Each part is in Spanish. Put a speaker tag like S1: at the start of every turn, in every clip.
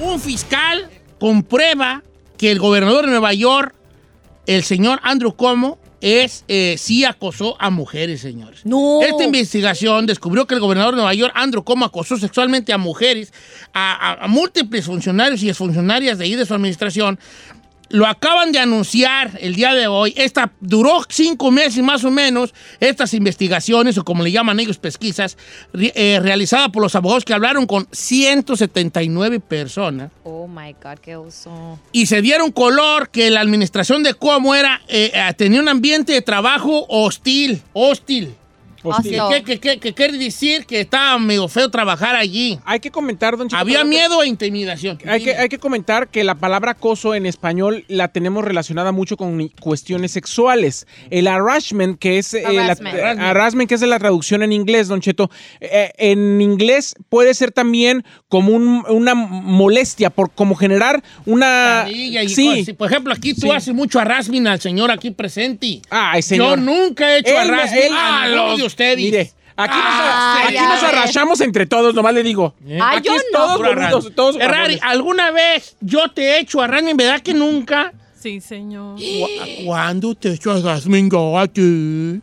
S1: un fiscal comprueba que el gobernador de Nueva York, el señor Andrew Como, es, eh, sí acosó a mujeres, señores.
S2: No.
S1: Esta investigación descubrió que el gobernador de Nueva York, Andrew Como, acosó sexualmente a mujeres, a, a- a múltiples funcionarios y exfuncionarias de ahí de su administración. Lo acaban de anunciar el día de hoy. Esta duró cinco meses más o menos, estas investigaciones, o como le llaman ellos pesquisas, re- eh, realizadas por los abogados que hablaron con 179 personas
S2: Oh my God, qué oso.
S1: y se dieron color que la administración de Cuomo era, eh, eh, tenía un ambiente de trabajo hostil, hostil.
S2: Hostil.
S1: ¿Qué, qué- qué- qué- qué quiere decir que estaba medio feo trabajar allí?
S3: Hay que comentar, don Chico.
S1: Había
S3: Paloma, que-
S1: miedo e intimidación.
S3: Hay que, hay que comentar que la palabra acoso en español la tenemos relacionada mucho con cuestiones sexuales. El harassment, que es eh, la-
S2: Harassment.
S3: eh, harassment, que es la traducción en inglés, Don Cheto. eh, en inglés puede ser también como un- una molestia, por como generar una.
S1: Pandilla y
S3: ah, sí.
S1: cosas. Por ejemplo, aquí tú
S3: Sí.
S1: haces mucho arrasmin al señor aquí presente.
S3: Ay, señor.
S1: Yo nunca he hecho
S3: Él-
S1: arrasmin
S3: él-
S1: a ninguno de ustedes.
S3: Mire, aquí nos,
S2: Ah,
S3: aquí
S2: ya
S3: nos
S2: ve.
S3: arrachamos entre todos, nomás le digo.
S2: Ay,
S3: aquí
S2: Ah, yo
S3: es
S2: no.
S3: todos
S1: Puro
S3: boludos,
S1: arrasmin.
S3: todos
S1: Ferrari,
S3: bravucones.
S1: ¿alguna vez yo te he hecho arrasmin? ¿Verdad que nunca?
S4: Sí, señor.
S1: ¿Cu- ¿Cuándo te he hecho arrasmin yo a ti?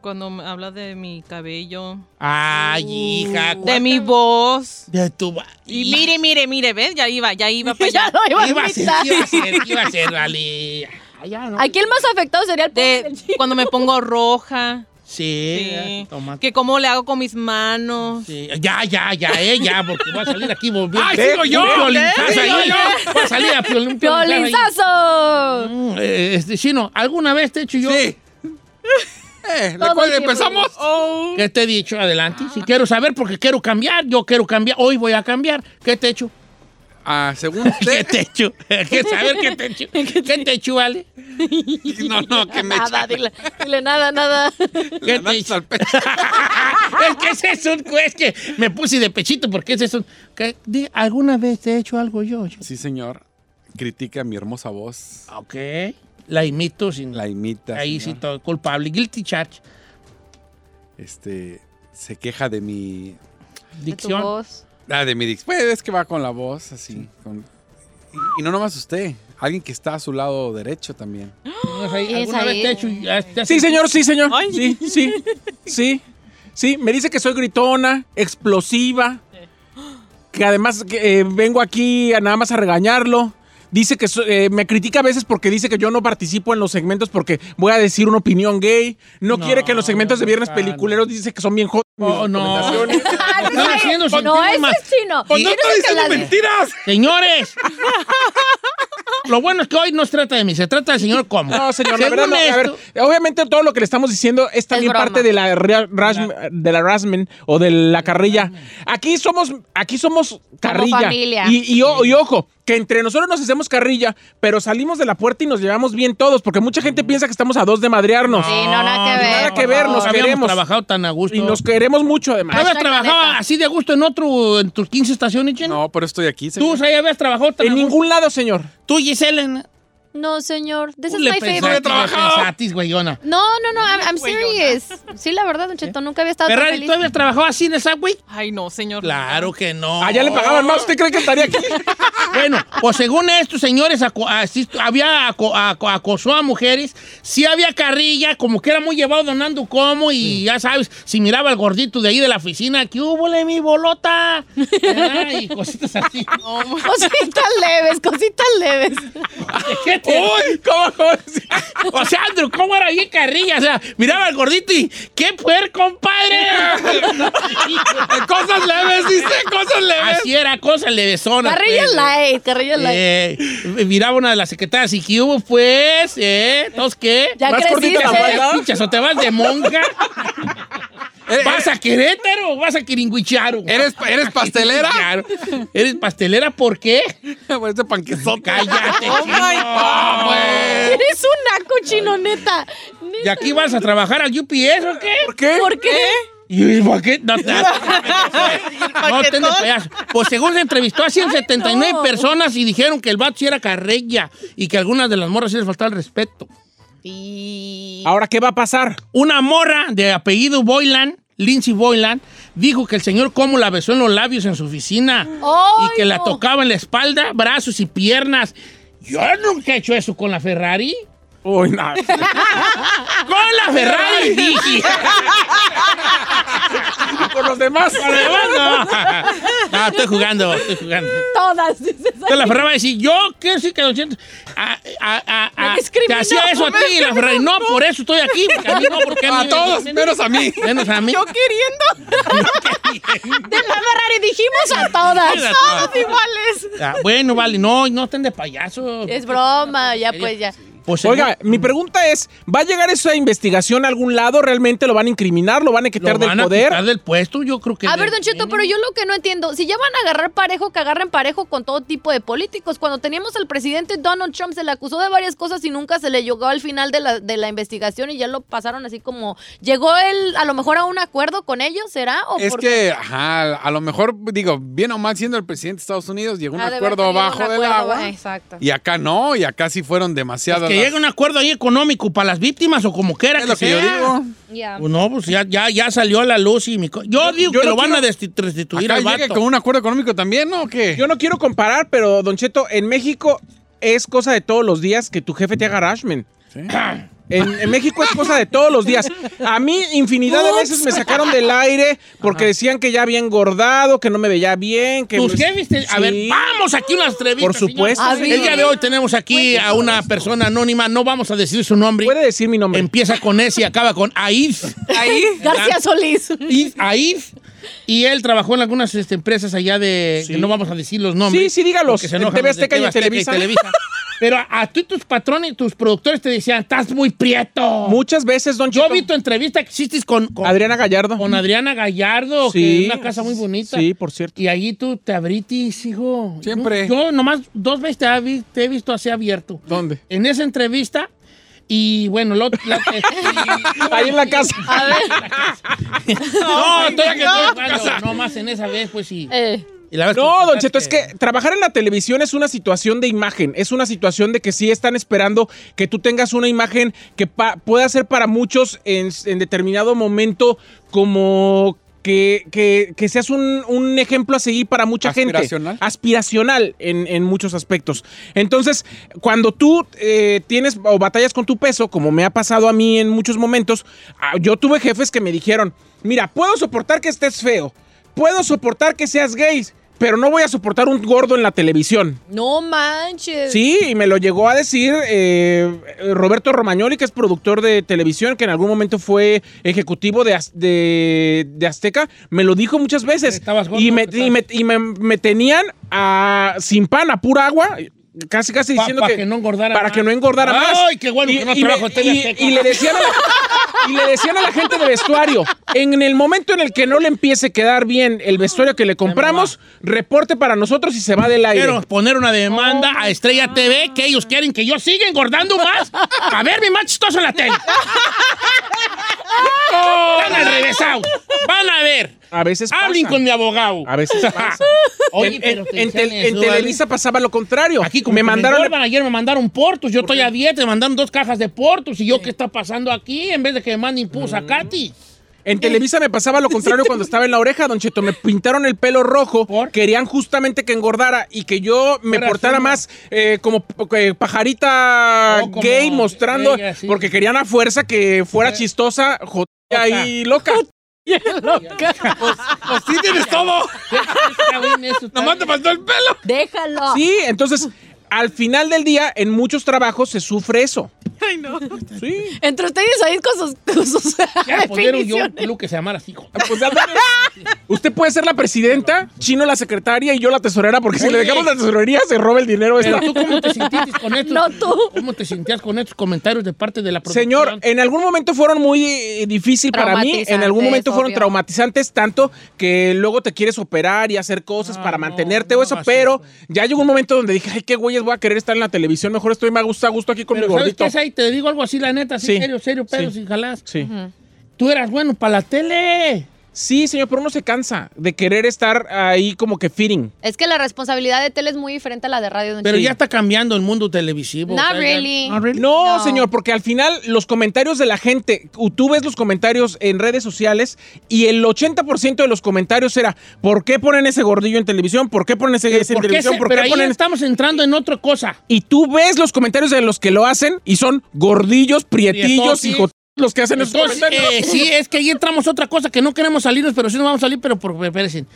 S4: Cuando me habla de mi cabello,
S1: Ay,
S2: Mm.
S1: hija.
S4: de mi voz.
S1: De tu... ba-
S4: Y mire, mire, mire, ¿ves? Ya iba, ya iba para
S2: Ya
S4: allá.
S2: lo iba a
S1: Iba a ser,
S2: gritar.
S1: iba a ser, iba a ser, vale. Ay, ya, ¿no?
S2: Aquí el más afectado sería el pobre
S4: De
S2: del chico.
S4: cuando me pongo roja.
S1: Sí,
S4: Sí.
S1: toma.
S4: Que cómo le hago con mis manos.
S1: Ah. Sí. Ya, ya, ya, eh, ya, porque voy a salir aquí volviendo.
S3: ¡Ay, sigo yo!
S1: Piolinzazo
S3: ¡Sigo
S1: ahí. Voy a salir a piolín, piolín, ahí.
S2: ¡Violinzazo!
S1: Mm, eh, Este, Chino, ¿alguna vez te he hecho yo?
S5: Sí. Eh, ¿le
S2: Todo
S5: cuál-
S2: el tiempo. Oh.
S5: empezamos?
S1: ¿Qué te he dicho? Adelante. Si quiero saber, porque quiero cambiar, yo quiero cambiar. Hoy voy a cambiar. ¿Qué te he hecho?
S5: Ah, según
S1: ¿Qué
S5: usted.
S1: te he hecho? Quiero saber qué te he hecho. ¿Qué te he hecho, vale?
S5: no, no, que me
S2: Nada,
S5: echa
S2: dile, dile nada, nada.
S1: ¿Qué
S5: la
S1: te he
S5: nariz
S1: hecho?
S5: al pecho.
S1: es que ese es un. Es que me puse de pechito porque ese es un. que- di- ¿Alguna vez te he hecho algo yo? Yo-
S5: Sí, señor. Critica mi hermosa voz.
S1: Ok. La imito sin.
S5: La imita.
S1: ahí sí,
S5: señor.
S1: todo culpable. Guilty charge.
S5: Este. Se queja de mi.
S2: De tu
S1: Dicción.
S2: voz.
S5: Ah, de mi dicción. Pues es que va con la voz así. con- y, y no nomás usted. Alguien que está a su lado derecho también.
S1: No sé,
S2: Es
S1: ¿Alguna vez
S2: ahí.
S1: te he hecho. te has-
S3: Sí, señor, sí, señor.
S4: Ay.
S3: Sí, sí, sí. Sí, me dice que soy gritona, explosiva, que además que, eh, vengo aquí a nada más a regañarlo. Dice que so- eh, me critica a veces porque dice que yo no participo en los segmentos porque voy a decir una opinión gay. No,
S1: No,
S3: quiere que los segmentos de viernes
S1: no, no.
S3: peliculeros dice que son bien hot. mis
S1: Oh, no.
S3: recomendaciones.
S2: Ay,
S1: Están haciendo
S2: Ah, no,
S1: sentido
S2: no, ese
S1: más.
S2: es chino.
S5: ¡Pues no
S2: Tienes
S5: estoy
S2: que
S5: diciendo
S2: la-
S5: mentiras!
S1: Señores. Lo bueno es que hoy no se trata de mí, se trata del señor Como.
S3: No, señor, la
S1: Según
S3: verdad no. A ver,
S1: esto-
S3: obviamente todo lo que le estamos diciendo es también
S2: broma.
S3: parte de la rea- rasm- del harassment o de la carrilla. Aquí somos, aquí somos carrilla.
S2: familia.
S3: Y, y o- y ojo, que entre nosotros nos hacemos carrilla, pero salimos de la puerta y nos llevamos bien todos, porque mucha gente piensa que estamos a dos de madrearnos.
S2: Sí, no, nada que ver.
S3: nada que
S2: por
S3: ver,
S2: favor.
S3: nos
S1: habíamos
S3: queremos.
S1: trabajado tan a gusto.
S3: Y nos queremos mucho, además.
S1: ¿No habías
S2: Hashtag
S1: trabajado
S2: neta.
S1: así de gusto en otro, en tus 15 estaciones, Chino?
S5: No, pero estoy aquí,
S1: ¿Tú,
S5: señor.
S1: Saya, habías trabajado tan
S3: En
S1: a gusto?
S3: ningún lado, señor.
S1: Tú, Gisela,
S2: No, señor. This
S1: Tú
S2: is
S1: le
S2: my
S1: pensatis,
S2: favorite.
S1: le pensatis, güeyona.
S2: No, no, no, I'm, I'm serious. Sí, la verdad, Don Cheto, nunca había estado tan
S1: Ferrari,
S2: feliz.
S1: ¿tú habías trabajado así en Ah, el Subway?
S4: Ay, no, señor.
S1: Claro que no.
S3: Allá le pagaban más, ¿usted cree que estaría aquí?
S1: Bueno, pues según estos señores, aco- así- había aco- aco- acosó a mujeres, sí había carrilla, como que era muy llevado donando como, y ya sabes, si miraba al gordito de ahí de la oficina, que hubo mi bolota? ¿Verdad? y cositas así.
S2: Cositas leves, cositas leves.
S1: ¿Qué te-
S3: ¡Uy! ¿Cómo? cómo?
S1: O sea, Andrew, ¿cómo era bien carrilla? O sea, miraba al gordito y ¡qué puer, compadre!
S5: Cosas leves, dice, cosas leves.
S1: Así era, cosa levesona.
S2: Carrilla
S1: pues.
S2: light, carrilla light.
S1: Eh, miraba una de las secretarias y que hubo, pues, ¿eh? ¿Entonces qué?
S2: Ya
S3: ¿más
S2: creciste.
S3: cortita la
S1: ¿Te
S3: ¿verdad?
S1: escuchas o te vas de monja? ¿Vas a Querétaro o vas a Quiringuicharo?
S5: ¿Eres, eres pastelera?
S1: Claro. ¿Eres pastelera por qué?
S5: Por ese panquezote.
S1: Cállate,
S4: Oh, my
S1: chino. pues.
S2: Eres un naco chino, neta. Neta.
S1: ¿Y aquí vas a trabajar al UPS o qué? ¿Eh?
S3: ¿Por qué?
S2: ¿Por qué?
S1: ¿Y por qué? No, te- No, te
S4: paquetón.
S1: payaso. Pues según se entrevistó a 179
S2: no.
S1: personas y dijeron que el vato sí era carrella y que algunas de las morras sí les faltaba el respeto.
S2: Y-
S3: ¿Ahora qué va a pasar?
S1: Una morra de apellido Boylan Lindsay Boylan, dijo que el señor Como la besó en los labios en su oficina
S2: ¡Ay,
S1: y que la
S2: no!
S1: tocaba en la espalda, brazos y piernas. Yo nunca he hecho eso con la Ferrari.
S3: Uy, no.
S1: ¡Con la Ferrari! dije.
S3: Por los demás.
S1: Con la demás, no. No, Ah, estoy jugando, estoy jugando.
S6: Todas. dices,
S1: Entonces la Ferrari va a decir, yo quiero decir que lo siento. A- a- a- a-
S6: Me
S1: te
S6: discriminó,
S1: hacía eso a
S6: me
S1: ti y la Ferrari, no, por eso estoy aquí. porque A mí no, porque
S5: A
S1: mí-
S5: todos, menos a mí.
S1: Menos a mí.
S4: Yo queriendo
S6: De la Ferrari dijimos a todas.
S4: todos iguales.
S1: Ah, bueno, vale, no, no estén de payaso.
S2: Es broma, ya pues ya.
S1: Pues,
S3: Oiga, mi pregunta es, ¿va a llegar esa investigación a algún lado? ¿Realmente lo van a incriminar? ¿Lo van a
S1: lo
S3: quitar
S1: van
S3: del
S1: a
S3: poder?
S1: quitar del puesto, yo creo que.
S2: A
S1: de-
S2: ver, Don Cheto, pero yo lo que no entiendo, si ya van a agarrar parejo, que agarren parejo con todo tipo de políticos. Cuando teníamos al presidente Donald Trump, se le acusó de varias cosas y nunca se le llegó al final de la, de la investigación y ya lo pasaron así como, ¿llegó él a lo mejor a un acuerdo con ellos? ¿Será? ¿O
S5: Es
S2: por-
S5: que, ajá, a lo mejor, digo, bien o mal siendo el presidente de Estados Unidos, llegó un
S2: Ha de Ah, haber
S5: acuerdo
S2: tenido un
S5: abajo del
S2: acuerdo,
S5: agua.
S2: eh, Exacto.
S5: Y acá no, y acá sí fueron demasiadas.
S1: Que
S5: las-
S1: llegue un acuerdo ahí económico para las víctimas o como quiera
S5: Es
S1: que
S5: lo que yo
S1: sea.
S5: digo.
S2: Ya.
S1: Pues no, pues ya, ya, ya salió a la luz y mi. co- Yo digo
S3: yo
S1: que
S3: no
S1: lo van
S3: quiero-
S1: a desti- restituir
S5: Acá
S1: al
S5: llegue
S1: vato.
S5: con un acuerdo económico también, ¿no? ¿O qué?
S3: Yo no quiero comparar, pero Don Cheto, en México es cosa de todos los días que tu jefe te haga rashman. En, en México es cosa de todos los días. A mí infinidad de veces me sacaron del aire porque decían que ya había engordado, que no me veía bien, que...
S1: Tus
S5: pues,
S3: me-
S1: jefes te- A
S3: Sí.
S1: ver, vamos aquí unas entrevistas.
S3: Por supuesto,
S1: señor.
S2: sí.
S1: El día de hoy tenemos aquí a una persona anónima. No vamos a decir su nombre.
S3: Puede decir mi nombre.
S1: Empieza con S y acaba con AIF.
S4: Ahí.
S6: García Solís.
S1: AIF. Y él trabajó en algunas este, empresas allá de. que no vamos a decir los nombres.
S3: Sí, sí, dígalos.
S1: porque se
S3: En
S1: enojan
S3: TV
S1: los de
S3: Azteca y en Televisa.
S1: Pero a, a tú y tus patrones, tus productores te decían, estás muy prieto.
S3: Muchas veces, Don Cheto...
S1: Yo vi tu entrevista que hiciste con, con,
S3: Adriana Gallardo.
S1: con Adriana Gallardo, que
S3: Sí.
S1: es una casa muy bonita.
S3: Sí, por cierto.
S1: Y allí tú te abritis, hijo.
S5: Siempre.
S1: Yo, yo nomás dos veces te, abri- te he visto así abierto.
S5: ¿Dónde?
S1: En esa entrevista. Y bueno, lo, la-
S3: Ahí en la casa.
S1: A ver. no, estoy que estoy jugando. No más en esa vez, pues sí.
S2: Eh,
S1: Y la vez
S3: No,
S1: que-
S3: Don Cheto, es que trabajar en la televisión es una situación de imagen, es una situación de que sí están esperando que tú tengas una imagen que pa- pueda ser para muchos en, en determinado momento como que, que- que seas un, un ejemplo a seguir para mucha
S5: Aspiracional.
S3: gente. Aspiracional en, en muchos aspectos. Entonces, cuando tú eh, tienes o batallas con tu peso, como me ha pasado a mí en muchos momentos, ah, yo tuve jefes que me dijeron, mira, puedo soportar que estés feo, puedo soportar que seas gay, pero no voy a soportar un gordo en la televisión.
S2: no manches.
S3: Sí, y me lo llegó a decir eh, Roberto Romagnoli, que es productor de televisión, que en algún momento fue ejecutivo de, Az- de- de Azteca, me lo dijo muchas veces.
S1: Estabas gordo,
S3: y me,
S1: estabas-
S3: y me- y me- me tenían a- sin pan, a pura agua, casi casi
S1: Pa-
S3: diciendo
S1: pa'
S3: que,
S1: que no engordara
S3: para
S1: más.
S3: que no engordara
S1: Ay,
S3: más.
S1: qué bueno que no
S3: me-
S1: trabajo en TV Azteca.
S3: y le decían a la- y le decían a la gente de vestuario, en el momento en el que no le empiece a quedar bien el vestuario que le compramos, reporte para nosotros y se va del aire.
S1: Quiero poner una demanda a Estrella TV que ellos quieren que yo siga engordando más. A ver, mi más chistoso en la tele. Van al revésao. Van a ver.
S3: Oh, A veces
S1: Hablen
S3: pasa.
S1: con mi abogado.
S3: A veces pasa.
S1: Oye,
S3: en,
S1: pero
S3: en-
S1: te
S3: en
S1: decían
S3: tel- en
S1: eso, ¿vale?
S3: Televisa pasaba lo contrario.
S1: Aquí como
S3: me mandaron
S1: ayer me mandaron portos, yo estoy a dieta, me mandaron dos cajas de portos y yo qué está pasando aquí en vez de que me manden pus
S3: Mm.
S1: a Katy.
S3: en Televisa me pasaba lo contrario cuando estaba en la oreja, Don Cheto, me pintaron el pelo rojo,
S1: ¿Por?
S3: querían justamente que engordara y que yo me
S1: Fuera
S3: portara
S1: feo.
S3: más eh, como eh, pajarita
S1: O como
S3: gay mostrando
S1: gay, así.
S3: porque querían a fuerza que fuera chistosa, jodida y loca.
S5: Pues sí tienes todo.
S1: Está bien eso, está
S5: Nomás te
S1: bien.
S5: faltó el pelo.
S6: Déjalo.
S3: Sí, entonces al final del día en muchos trabajos se sufre eso.
S4: Ay, no.
S3: Sí.
S6: Entre ustedes ahí con sus, con sus
S1: Ya poner yo
S6: definiciones.
S1: un look que se llamara así. hijo.
S3: Ah, pues, ándale. Usted puede ser la presidenta, Chino la secretaria y yo la tesorera, porque si
S1: Oye.
S3: le dejamos la tesorería se roba el dinero
S1: Pero
S3: esta.
S1: tú cómo te sentiste con estos,
S6: No, tú.
S1: ¿Cómo te sentías con estos comentarios de parte de la producción?
S3: Señor, en algún momento fueron muy eh, difícil para mí, en algún momento
S2: Traumatizantes,
S3: fueron
S2: obvio.
S3: traumatizantes tanto que luego te quieres operar y hacer cosas
S1: Ah,
S3: para
S1: no,
S3: mantenerte
S1: no
S3: o eso,
S1: hagas
S3: pero
S1: eso.
S3: ya llegó un momento donde dije, ay, qué güeyes, voy a querer estar en la televisión, mejor estoy más gusto a gusto aquí con
S1: Pero
S3: mi
S1: ¿sabes
S3: gordito.
S1: qué es ahí? Te digo algo así, la neta, así,
S3: Sí.
S1: serio, serio, pero
S3: Sí.
S1: sin jalás.
S3: Sí.
S1: Tú eras bueno para la tele.
S3: Sí, señor, pero uno se cansa de querer estar ahí como que fitting.
S2: Es que la responsabilidad de tele es muy diferente a la de radio. don
S1: Pero
S2: Cheto.
S1: ya está cambiando el mundo televisivo.
S2: Not
S1: O sea, ya-
S2: really.
S1: Not really.
S3: No,
S2: No.
S3: señor, porque al final los comentarios de la gente, tú ves los comentarios en redes sociales y el 80% de los comentarios era, ¿por qué ponen ese gordillo en televisión? ¿Por qué ponen ese, ese en
S1: ¿Por qué
S3: televisión?
S1: se-
S3: ¿Por
S1: pero
S3: qué
S1: ahí
S3: ponen este-?"
S1: estamos entrando en otra cosa.
S3: Y tú ves los comentarios de los que lo hacen y son gordillos, prietillos,
S1: Prietotis.
S3: hijos los que hacen esos
S1: Entonces,
S3: comentarios.
S1: eh, sí, es que ahí entramos a otra cosa que no queremos salirnos, pero sí nos vamos a salir, pero por, espérense.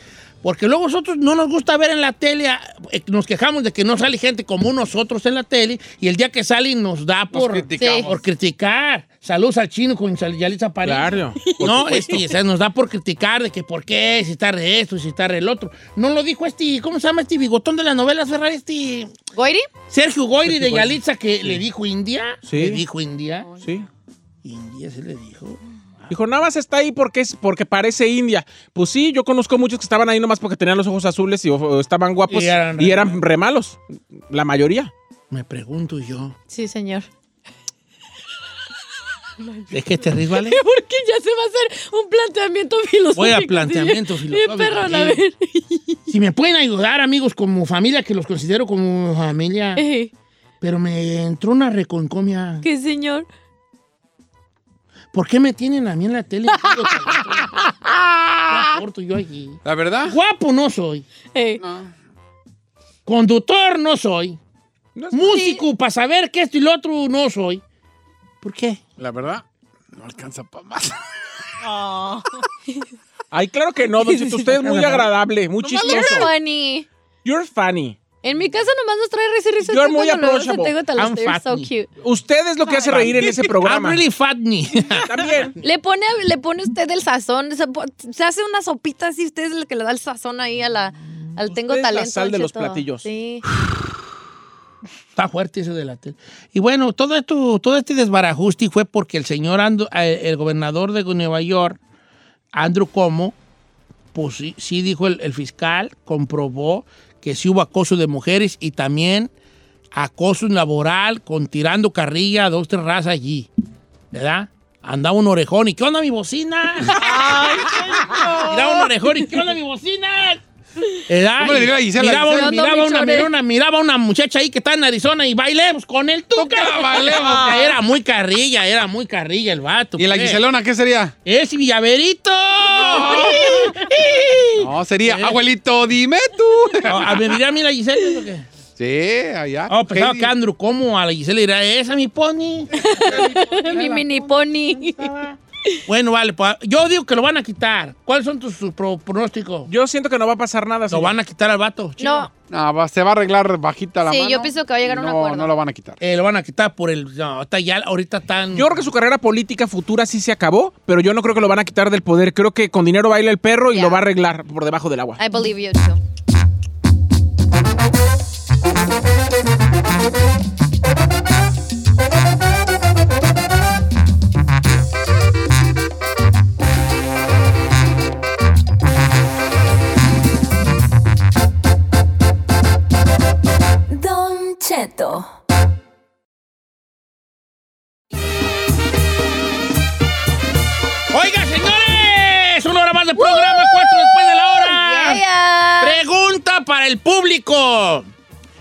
S1: Porque luego nosotros no nos gusta ver en la tele, ah, eh, nos quejamos de que no sale gente como nosotros en la tele, y el día que sale nos da por,
S5: criticamos.
S1: por criticar. Saludos al chino con Sal- Yalitza París.
S3: Claro,
S1: No, este, o sea, nos da por criticar de que por qué, si está de esto, si está de el otro. No lo dijo este, ¿cómo se llama este bigotón de las novelas Ferrari? Este
S2: ¿Goiri?
S1: Sergio Goyri de
S3: Sergio Goyri.
S1: Yalitza que le dijo India.
S3: Sí.
S1: Le dijo India.
S3: Sí.
S1: India se le dijo.
S3: Dijo, nada más está ahí porque, es, porque parece India. Pues sí, yo conozco muchos que estaban ahí nomás porque tenían los ojos azules y o- o estaban guapos
S1: Y
S3: y
S1: eran
S3: eran,
S1: re-
S3: re malos. La mayoría.
S1: Me pregunto yo.
S2: Sí, señor.
S1: ¿De qué te ríes, vale?
S4: Porque ya se va a hacer un planteamiento filosófico.
S1: Voy a planteamiento
S4: Sí,
S1: filosófico,
S4: perro, a
S1: sí.
S4: ver.
S1: Si me pueden ayudar, amigos, como familia, que los considero como familia.
S4: Eh,
S1: Pero me entró una reconcomia.
S4: ¿Qué señor?
S1: ¿Por qué me tienen a mí en la tele? Ya corto yo aquí.
S5: La verdad.
S1: Guapo no soy.
S4: Eh,
S1: Conductor no soy. Músico para saber que esto y lo otro no soy. ¿Por qué?
S5: La verdad. No alcanza para más.
S2: Ah.
S3: Ay, claro que no, Don Cheto, Usted es muy agradable, muy
S2: You're
S3: chistoso.
S2: funny.
S3: You're funny.
S2: En mi casa nomás nos trae risa y risa.
S3: You're
S2: Usted
S3: muy
S2: cuando lo ves,
S3: approachable.
S2: te digo, te los-
S1: I'm
S2: they're so
S1: fattening.
S2: cute.
S3: Usted es lo que hace reír en ese
S1: I'm
S3: programa.
S1: really fatney.
S3: También.
S2: Le pone, le pone usted el sazón. Se, po- se hace una sopita así. Usted es el que le da el sazón ahí a la, al Tengo
S3: Usted es la
S2: Talento.
S3: sal
S2: don
S3: de los
S2: Cheto.
S3: platillos.
S2: Sí.
S1: Está fuerte eso de la tele. Y bueno, todo esto, todo este desbarajuste fue porque el señor Ando- eh, el gobernador de Nueva York, Andrew Como, pues sí, sí dijo el, el fiscal, comprobó que sí hubo acoso de mujeres y también acoso laboral con tirando carrilla a dos tres razas allí. ¿Verdad? Andaba un orejón y ¿qué onda mi bocina? Miraba un orejón y ¿qué onda mi bocina? ¿Verdad?
S5: ¿Cómo le dirá
S1: Y
S5: Gisela?
S1: Eh, miraba,
S2: Gisela,
S1: un-
S2: no,
S1: miraba
S2: mi
S1: una
S2: chore.
S1: mirona, miraba una muchacha ahí que está en Arizona y bailemos con el tuca. bailemos. Era muy carrilla, era muy carrilla el vato.
S5: pues. ¿Y la
S1: pues.
S5: Giselona qué sería?
S1: ¡Es Villaverito!
S5: No, sería
S1: Sí.
S5: abuelito, dime tú.
S1: Ah, ¿Me dirá a mí la Gisela? ¿o qué?
S5: Sí, allá.
S1: Ah, pensaba
S5: Heidi.
S1: que Andrew, ¿cómo? A la Gisela dirá, esa mi pony.
S2: Mi mini pony.
S1: bueno, vale, pues yo digo que lo van a quitar. ¿Cuáles son tus sus pro- pronósticos?
S3: Yo siento que no va a pasar nada.
S1: Lo
S3: señor.
S1: van a quitar al vato. chido.
S2: No,
S5: No, va- se va a arreglar bajita la
S2: Sí,
S5: mano.
S2: yo pienso que va a llegar a un
S5: No,
S2: acuerdo.
S5: No lo van a quitar.
S1: Eh, lo van a quitar por el. No, está ya, ahorita tan.
S3: Yo creo que su carrera política futura sí se acabó, pero yo no creo que lo van a quitar del poder. Creo que con dinero baila el perro y
S2: Ya.
S3: lo va a arreglar por debajo del agua.
S2: I believe you too.
S7: Don Cheto.
S1: ¡Oiga, señores! Una hora más de programa, cuatro después de la hora.
S2: Yeah.
S1: Pregunta para el público.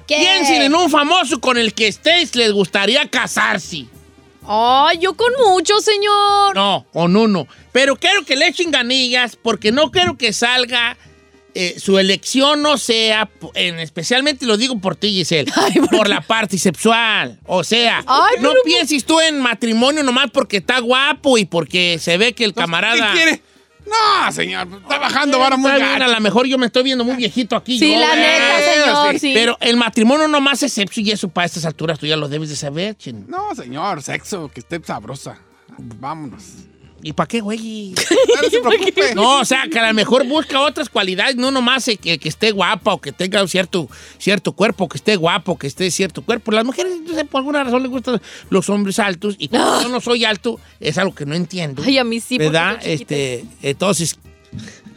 S2: ¿Qué?
S1: Piensen en un famoso con el que estéis les gustaría casarse.
S2: Ay, yo con mucho, señor.
S1: No, con uno. Pero quiero que le echen ganillas porque no quiero que salga. eh, su elección no sea, p- en- especialmente lo digo por ti, Giselle, por, la parte sexual. O sea,
S2: Ay,
S1: no
S2: pero-
S1: pienses tú en matrimonio nomás porque está guapo y porque se ve que el camarada.
S5: ¿Qué quiere? No, señor. Está bajando vara muy
S1: Está bien, a
S5: gacho.
S1: lo mejor yo me estoy viendo muy viejito aquí.
S2: Sí,
S1: yo,
S2: la
S1: ¿eh?
S2: neta, señor.
S5: sí.
S2: Sí.
S1: Pero el matrimonio nomás es sexo y eso para estas alturas tú ya lo debes de saber, chin.
S5: No, señor. Sexo, que esté sabrosa. Vámonos.
S1: ¿Y para qué, güey?
S5: No se preocupe.
S1: No, o sea, que a lo mejor busca otras cualidades, no nomás eh, que, que esté guapa o que tenga un cierto, cierto cuerpo, que esté guapo, que esté cierto cuerpo. Las mujeres, no sé, por alguna razón les gustan los hombres altos y como
S2: Ah.
S1: yo no soy alto, es algo que no entiendo.
S2: Ay, a mí sí. porque
S1: ¿Verdad?
S2: soy chiquita.
S1: Este, entonces, Este,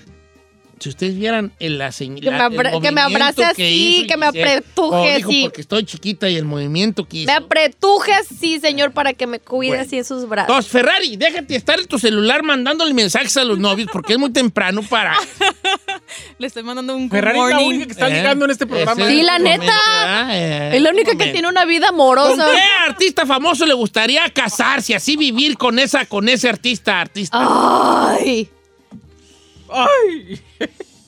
S1: si ustedes vieran el, la señ-
S6: Que me
S1: la- el
S6: abra- que me
S1: movimiento
S6: abrace así,
S1: hizo
S6: que me
S1: Giselle.
S6: apretuje
S1: Oh, dijo,
S6: así.
S1: porque estoy chiquita y el movimiento que hizo.
S6: Me apretujes, sí, señor, para que me cuide
S1: Bueno.
S6: así en sus brazos.
S1: Entonces, Ferrari, déjate estar en tu celular mandándole mensajes a los novios porque es muy temprano para...
S4: Le estoy mandando un good
S3: Ferrari es la
S4: morning.
S3: única que está
S1: ¿Eh?
S3: llegando en este programa.
S1: Ese
S6: Sí, la
S1: momento,
S6: neta.
S1: ¿verdad? Eh,
S2: Es la única que
S1: momento.
S2: tiene una vida
S1: ¿Con
S2: amorosa.
S1: qué artista famoso le gustaría casarse, así vivir con esa, con ese artista, artista?
S6: Ay.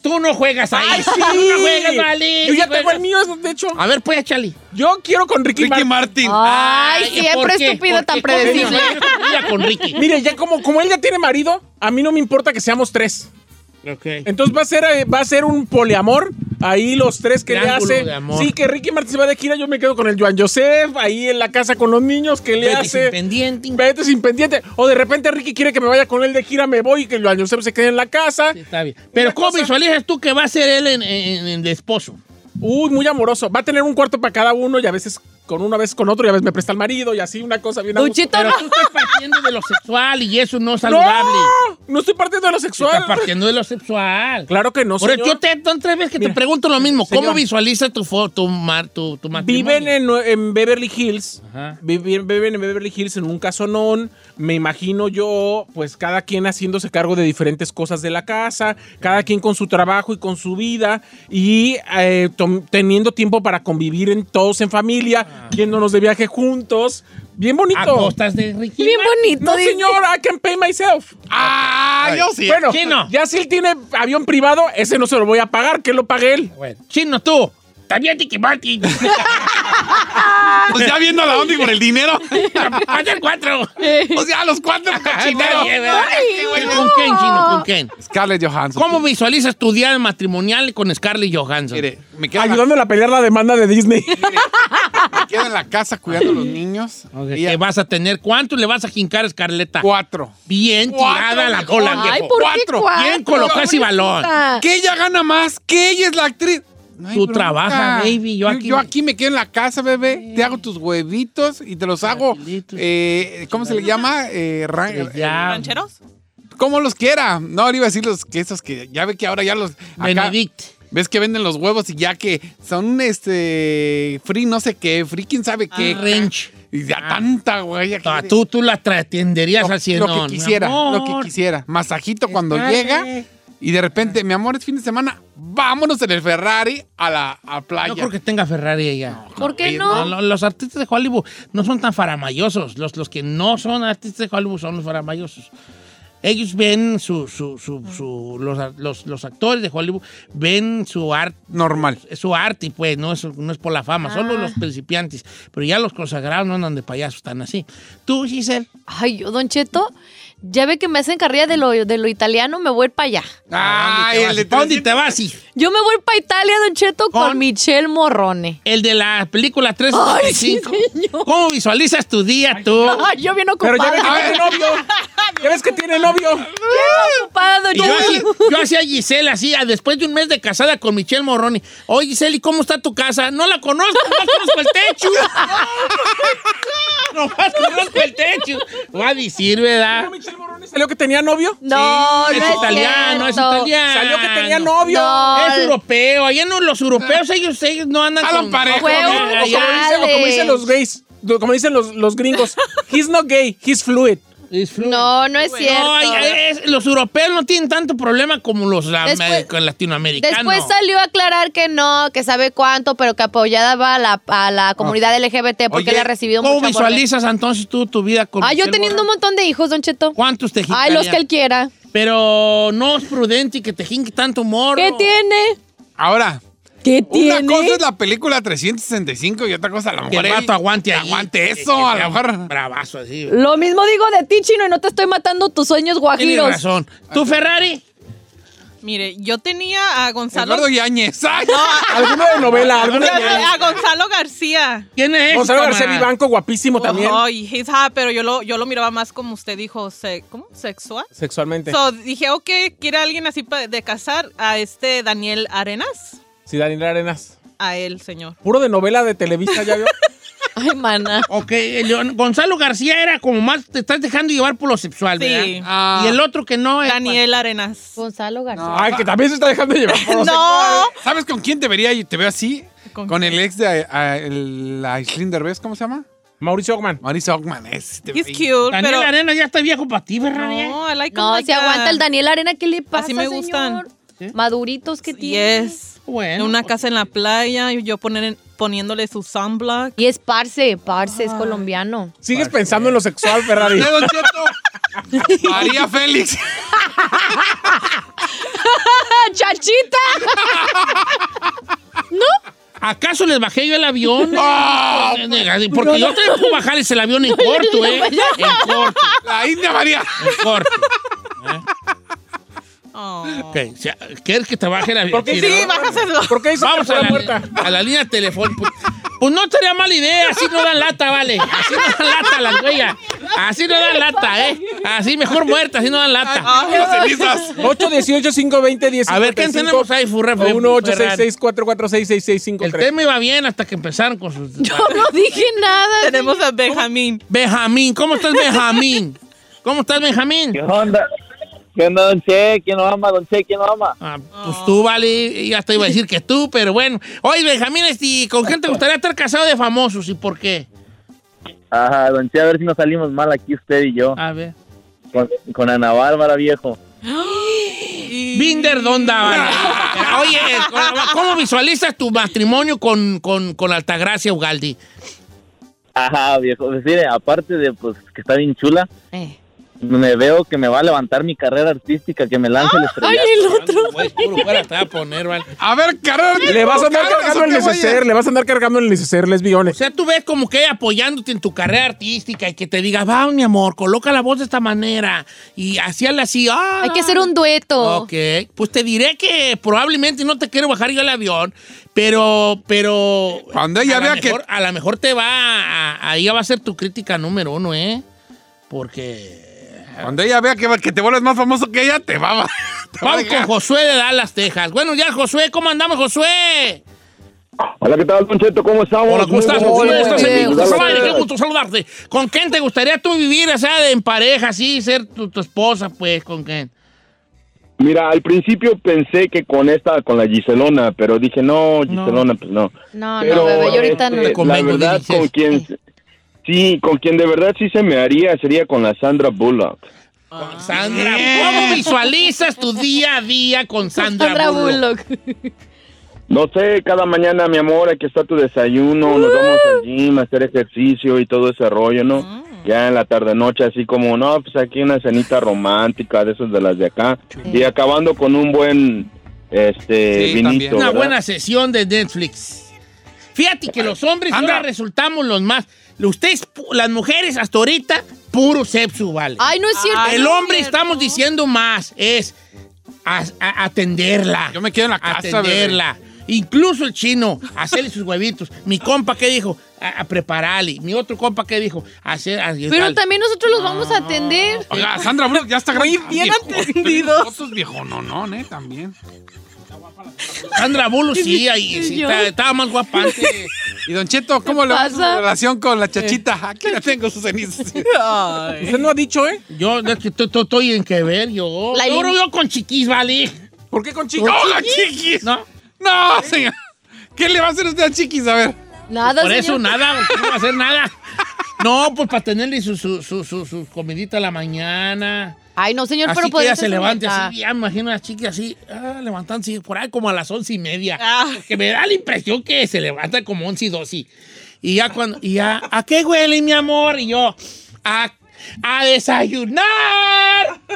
S1: Tú no juegas ahí.
S3: ¡Ay, sí!
S1: Tú no juegas, vale.
S3: Yo ya
S1: Sí
S3: tengo
S1: juegas.
S3: el mío, de hecho.
S1: A ver, pues, échale.
S3: Yo quiero con Ricky,
S5: Ricky
S3: Martin.
S5: Martin.
S6: Ay,
S1: ¿por
S6: siempre
S1: qué?
S6: estúpido,
S1: ¿Por
S6: tan
S1: qué? ¿Cómo se
S6: predecible.
S1: llama? Estúpida con Ricky.
S3: Mire, ya como, como él ya tiene marido, a mí no me importa que seamos tres.
S1: Ok.
S3: Entonces va a ser, eh, va a ser un poliamor. Ahí los tres que le
S1: Triángulo
S3: hace.
S1: de amor.
S3: Sí, que Ricky Martin se va de gira, yo me quedo con el Joan Joseph, ahí en la casa con los niños, que le
S1: Vete sin
S3: hace.
S1: pendiente.
S3: Vete sin pendiente. O de repente Ricky quiere que me vaya con él de gira, me voy y que el Joan Joseph se quede en la casa.
S1: Sí, Está bien. Pero
S3: Una
S1: ¿cómo
S3: cosa-
S1: visualizas tú que va a ser él en, en- en de esposo?
S3: Uy, muy amoroso. Va a tener un cuarto para cada uno y a veces con uno, a veces con otro, y a veces me presta el marido y así, una cosa bien a gusto.
S4: Luchito,
S1: Pero
S4: no.
S1: tú estás partiendo de lo sexual y eso no es saludable.
S3: ¡No! No estoy partiendo de lo sexual.
S1: Estás partiendo de lo sexual.
S3: Claro que no,
S1: Por eso
S3: señor.
S1: yo te son tres veces que
S3: Mira,
S1: te pregunto lo mismo. ¿Cómo
S3: señor.
S1: visualizas tu, fo- tu, mar- tu, tu matrimonio?
S3: Viven en, en Beverly Hills.
S1: Ajá.
S3: Viven, viven en Beverly Hills en un casonón. Me imagino yo, pues cada quien haciéndose cargo de diferentes cosas de la casa, cada quien con su trabajo y con su vida, y eh, tom- teniendo tiempo para convivir en, todos en familia, yéndonos de viaje juntos. Bien bonito.
S1: Ah. A costas de Ricky.
S6: Bien
S1: Martin.
S6: bonito,
S3: No,
S6: dice.
S3: señor, I can pay myself. Ah,
S5: Ay,
S3: yo
S5: sí.
S3: Bueno,
S1: Sí, no.
S3: ya si él tiene avión privado, ese no se lo voy a pagar, que lo pague él.
S1: Bueno, chino, tú. También Ricky Martin.
S5: Pues ya viendo a la Ondi por el dinero.
S1: Hacer cuatro.
S5: o sea, los cuatro
S1: Está bien,
S5: cochineros.
S1: ¿verdad? ¿Con quién, chino? ¿Con quién?
S5: Scarlett Johansson.
S1: ¿Cómo visualizas tu día matrimonial con Scarlett Johansson?
S5: Mire, me quedo, en la,
S3: Ayudándole a pelear la demanda de Disney.
S5: me quedo en la casa cuidando a los niños. Y
S1: ¿Qué
S5: a-
S1: vas a tener? ¿Cuánto le vas a jincar a Scarletta?
S5: cuatro.
S1: Bien tirada la
S5: viejo.
S1: bola,
S6: Ay,
S1: viejo.
S6: ¿por
S5: Cuatro.
S6: qué cuatro?
S1: Bien colocado ese balón.
S6: Pobrecita.
S5: Que ella gana más, que ella es la actriz. No hay
S1: Tú
S5: bronca.
S1: trabajas, baby, yo aquí-
S5: yo aquí me quedo en la casa, bebé. Te hago tus huevitos y te los hago.
S1: Tranquilitos.
S5: eh, ¿Cómo se le llama? Eh, ra-
S1: Ya,
S4: ¿Rancheros?
S5: Como los quiera. No, le iba a decir los que esos que ya ve que ahora ya los. acá-
S1: Benedict.
S5: ¿Ves que venden los huevos y ya que son este. Free, no sé qué, free, quién sabe qué.
S1: Ranch.
S5: Y ya
S1: Ah.
S5: tanta, güey. aquí
S1: Ah,
S5: de-
S1: Tú, tú la tra- atenderías al
S5: lo,
S1: cielo.
S5: lo que quisiera, lo que quisiera. Masajito cuando
S1: Escape.
S5: llega y de repente, mi amor, es fin de semana, vámonos en el Ferrari a la a playa.
S1: No creo que tenga Ferrari ella.
S2: ¿Por qué
S1: Oye,
S2: no?
S1: lo- Los artistas de Hollywood no son tan faramayosos. Los, los que no son artistas de Hollywood son los faramayosos. Ellos ven su, su, su, su- los, los, los actores de Hollywood ven su arte
S5: Normal.
S1: es su arte, y pues, no es, no es por la fama, solo los principiantes. Pero ya los consagrados no andan de payasos, están así. Tú, Giselle.
S2: Ay, yo, Don Cheto, ya ve que me hacen carrera de lo, de lo italiano, me voy a ir para allá.
S5: Ay,
S1: ¿a
S5: el
S1: dónde
S5: de
S1: te vas? ¿A dónde te vas? Sí.
S2: Yo me voy para Italia, Don Cheto, con,
S1: ¿Con?
S2: Michelle Morrone.
S1: El de la película 365.
S2: Ay, sí, señor.
S1: ¿Cómo visualizas tu día, tú?
S2: Ay, yo bien
S3: Pero ya
S2: ocupada,
S3: ves que tiene novio. Ya ves que tiene novio.
S2: ocupada, Don
S1: Y yo, así-
S2: Cheto.
S1: yo hacía Giselle así, a- después de un mes de casada con Michelle Morroni. Oye, Giselle, ¿y cómo está tu casa? No la conozco, nomás conozco el techo. nomás conozco el techo. Va a decir, ¿verdad?
S3: ¿Salió que tenía novio?
S2: No,
S1: es
S2: no es
S1: italiano, es
S2: cierto.
S1: italiano.
S3: Salió que tenía novio.
S2: No.
S1: Es europeo. Allá no, los europeos, ellos, ellos no andan
S5: Jalan parejo,
S1: Con,
S2: ¿no?
S1: Allá-
S3: O como, dicen, o como dicen los gays. lo- Como dicen los, los gringos. He's not gay, he's fluid.
S1: es fluido.
S2: No, no es cierto.
S1: No, hay- es- los europeos no tienen tanto problema como los
S2: Después-
S1: amer- latinoamericanos.
S2: Después salió a aclarar que no, que sabe cuánto, pero que apoyada va a la, a la comunidad LGBT porque
S5: Oye,
S2: le ha recibido
S1: ¿Cómo
S2: mucho amor.
S1: visualizas entonces tú tu vida con
S2: Ah, yo
S1: Michelle
S2: teniendo un
S1: Morrone?
S2: montón de hijos, Don Cheto.
S1: ¿Cuántos te
S2: Ay, los que él quiera.
S1: Pero no es prudente que te jinque tanto morro.
S4: ¿Qué tiene?
S5: Ahora,
S4: ¿Qué
S5: una cosa
S4: tiene?
S5: es la película 365 y otra cosa a lo
S1: Que
S5: mejor
S1: el
S5: él
S1: vato aguante ahí.
S5: Aguante
S1: Que-
S5: eso,
S1: que
S5: a
S1: sea
S5: lo
S1: un
S5: mejor.
S1: Bravazo, así.
S4: Lo mismo digo de ti, Chino, y no te estoy matando tus sueños
S1: Tienes
S4: guajiros.
S1: razón. ¿Tú, Ferrari?
S8: Mire, yo tenía a Gonzalo.
S5: Eduardo Yáñez. Ay,
S3: Alguna de novela, alguna
S8: Yo
S3: de.
S8: tenía a Gonzalo García.
S1: ¿Quién es?
S3: Gonzalo García
S1: camarada?
S3: Vivanco, guapísimo también.
S8: Ay, he's hot, pero yo lo, yo lo miraba más como usted dijo, se- ¿cómo? ¿Sexual?
S3: Sexualmente.
S8: So, dije, ok, ¿quiere alguien así pa- de casar a este Daniel Arenas?
S3: Sí, Daniel Arenas.
S8: A él, señor.
S3: Puro de novela de Televisa, ya vio.
S2: Ay, mana.
S1: Ok, Leon- Gonzalo García era como más, te estás dejando llevar por lo sexual,
S8: Sí.
S1: ¿verdad?
S5: Ah.
S1: Y el otro que no es. pues.
S8: Daniel Arenas.
S2: Gonzalo García.
S5: No.
S3: Ay, que también se está dejando llevar. por los-
S8: No.
S5: ¿Sabes con quién debería ir? Te veo así.
S8: ¿Con
S5: Con, el ex de a- el- Aislinn Derbez, ¿cómo se llama?
S3: Mauricio Ogman.
S5: Marisa Ogman. Es, te-
S8: He's cute,
S1: Daniel
S8: pero...
S1: Arena ya está viejo para ti, ¿verdad?
S8: No, I like him
S2: No,
S8: like
S2: se aguanta
S8: that.
S2: el Daniel Arena. ¿Qué le pasa,
S8: Así me gustan.
S2: señor? Maduritos que tiene.
S8: Yes. En
S1: Bueno.
S8: una
S1: pues,
S8: casa en la playa, y yo poner, poniéndole su sunblock.
S2: Y es parce, parce, es colombiano.
S3: Sigues pensando en lo sexual, Ferrari.
S5: ¡Eh, Don Cheto! María Félix.
S4: ¡Chachita!
S1: ¿Acaso les bajé yo el avión?
S5: Ah, pues,
S1: Porque yo te puedo bajarles el avión en corto, ¿eh? En corto,
S5: La India María.
S1: en corto.
S8: Oh.
S1: Ok, o sea, ¿Quieres que te baje el avión?
S3: qué
S1: Sí, ¿no?
S8: Sí, bájaselo.
S3: ¿Por qué hizo
S1: Vamos
S3: por
S1: a
S3: la
S1: la,
S3: puerta?
S1: a la línea telefónica. Pues, pues no sería mala idea, así no dan lata, vale. Así no dan lata las huellas. Así no dan lata, ¿eh? Así mejor muerta, así no dan lata.
S5: Las cenizas.
S3: 818-520-10.
S1: A ver, ¿qué tenemos ahí, Furre?
S3: 1-866-446-6653.
S1: El tema iba bien hasta que empezaron con sus...
S2: No dije nada.
S8: Tenemos a Benjamín.
S1: Benjamín, ¿cómo estás, Benjamín? ¿Cómo estás, Benjamín?
S9: ¿Qué onda? ¿Qué onda, don Che? ¿Quién lo ama, don Che? ¿Quién lo ama?
S1: Ah, pues tú, vale, ya te iba a decir que tú, pero bueno. Oye, Benjamín, este, ¿con quién te gustaría estar casado de famosos y por qué?
S9: Ajá, don Che, a ver si nos salimos mal aquí usted y yo.
S1: A ver.
S9: Con, con Ana Bárbara, viejo.
S1: Binder Donda. vale. Oye, ¿cómo visualizas tu matrimonio con, con, con Altagracia Ugaldi?
S9: Ajá, viejo. Pues, mire, aparte de pues que está bien chula,
S2: Eh.
S9: me veo que me va a levantar mi carrera artística, que me lance el
S2: Ay,
S9: estrellato.
S2: el otro.
S1: Güey, Pues, puro fuera te va a poner, vale.
S5: A ver, carnal.
S3: Le vas a andar
S5: Carnal,
S3: cargando el
S5: ¿qué, güey?
S3: neceser, le vas a andar cargando el neceser, les
S1: O sea, tú ves como que apoyándote en tu carrera artística y que te diga, va, mi amor, coloca la voz de esta manera y hacíale así. ah,
S2: Hay que hacer un dueto.
S1: Ok, pues te diré que probablemente no te quiero bajar yo el avión, pero, pero...
S5: Cuando ella
S1: a la
S5: vea que-
S1: mejor- A lo mejor te va, a- ahí va a ser tu crítica número uno, ¿eh? Porque...
S5: Cuando ella vea que, que te vuelves más famoso que ella, te va a... te va a
S1: Vamos con
S5: dejar.
S1: Josué de Dallas, Texas. Bueno, ya, Josué, ¿cómo andamos, Josué?
S9: Hola, ¿qué tal, don Cheto? ¿Cómo estamos?
S1: Hola, ¿cómo estás,
S2: Muy
S1: Josué?
S2: bien,
S1: Estás en
S2: bien,
S1: Vivo,
S2: Josué.
S1: Josué, Qué gusto saludarte. ¿Con quién te gustaría tú vivir, o sea, de- en pareja, así, ser tu, tu esposa, pues, con quién?
S9: Mira, al principio pensé que con esta, con la Giselona, pero dije, no, Giselona, pues no.
S2: No,
S9: Pero,
S2: no, bebé, yo ahorita
S9: este,
S2: no.
S1: Te
S9: La
S1: convengo,
S9: verdad,
S1: dices.
S9: con quien... Sí, con quien de verdad sí se me haría sería con la Sandra Bullock.
S1: Con Sandra. ¿Cómo visualizas tu día a día con Sandra,
S2: Sandra
S1: Bullock?
S2: Bullock.
S9: No sé, cada mañana, mi amor, aquí está tu desayuno, nos vamos al gym a hacer ejercicio y todo ese rollo, ¿no? Ya en la tarde-noche, así como, no, pues aquí una cenita romántica, de esas de las de acá, y acabando con un buen, este,
S5: Sí, también.
S9: vinito,
S1: Una
S9: ¿verdad?
S1: buena sesión de Netflix. Fíjate que los hombres ahora resultamos los más. Ustedes, pu- las mujeres, hasta ahorita, puro sexo, vale.
S2: Ay, no es cierto.
S8: Ay,
S1: El
S8: no es
S1: hombre,
S8: cierto.
S1: estamos diciendo más, es a- a- atenderla.
S5: Yo me quedo en la casa, bebé.
S1: atenderla. Incluso el chino, hacerle sus huevitos. Mi compa, ¿qué dijo? A, a prepararle. Mi otro compa, ¿qué dijo? Hacer. a-
S2: Pero
S1: tal.
S2: también nosotros los vamos a atender.
S5: Oiga, Sandra Bullock ya está grande.
S8: bien
S5: atendido. Fotos viejo, no, no, ¿eh? También.
S1: Sandra Bullock, sí, ahí, sí, está- estaba más guapa antes.
S5: Y Don Cheto, ¿cómo le va su
S2: pasa?
S5: relación con la chachita? Aquí la tengo, sus cenizas.
S3: Usted no ha dicho, ¿eh?
S1: Yo es que estoy- estoy estoy en que ver, yo.
S2: La
S1: yo
S2: elim-
S1: creo yo con chiquis, ¿vale?
S3: ¿Por qué con chicos?
S5: ¡No, chiquis!
S1: ¿No?
S5: ¡No, señor! ¿Qué le va a hacer usted a chiquis? A ver.
S2: Nada,
S1: Por eso
S2: señor.
S1: nada, no va a hacer nada. No, pues para tenerle su, su, su, su- su comidita a la mañana.
S2: Ay, no, señor,
S1: así
S2: pero
S1: que
S2: podría
S1: ella
S2: ser
S1: se
S2: su
S1: levante
S2: meta.
S1: así. Ya me imagino a las chicas así, ah, levantándose por ahí como a las once y media.
S8: Ah.
S1: Que me da la impresión que se levanta como once y doce. Y ya cuando, y ya, ¿a qué huele, mi amor? Y yo, a, a desayunar.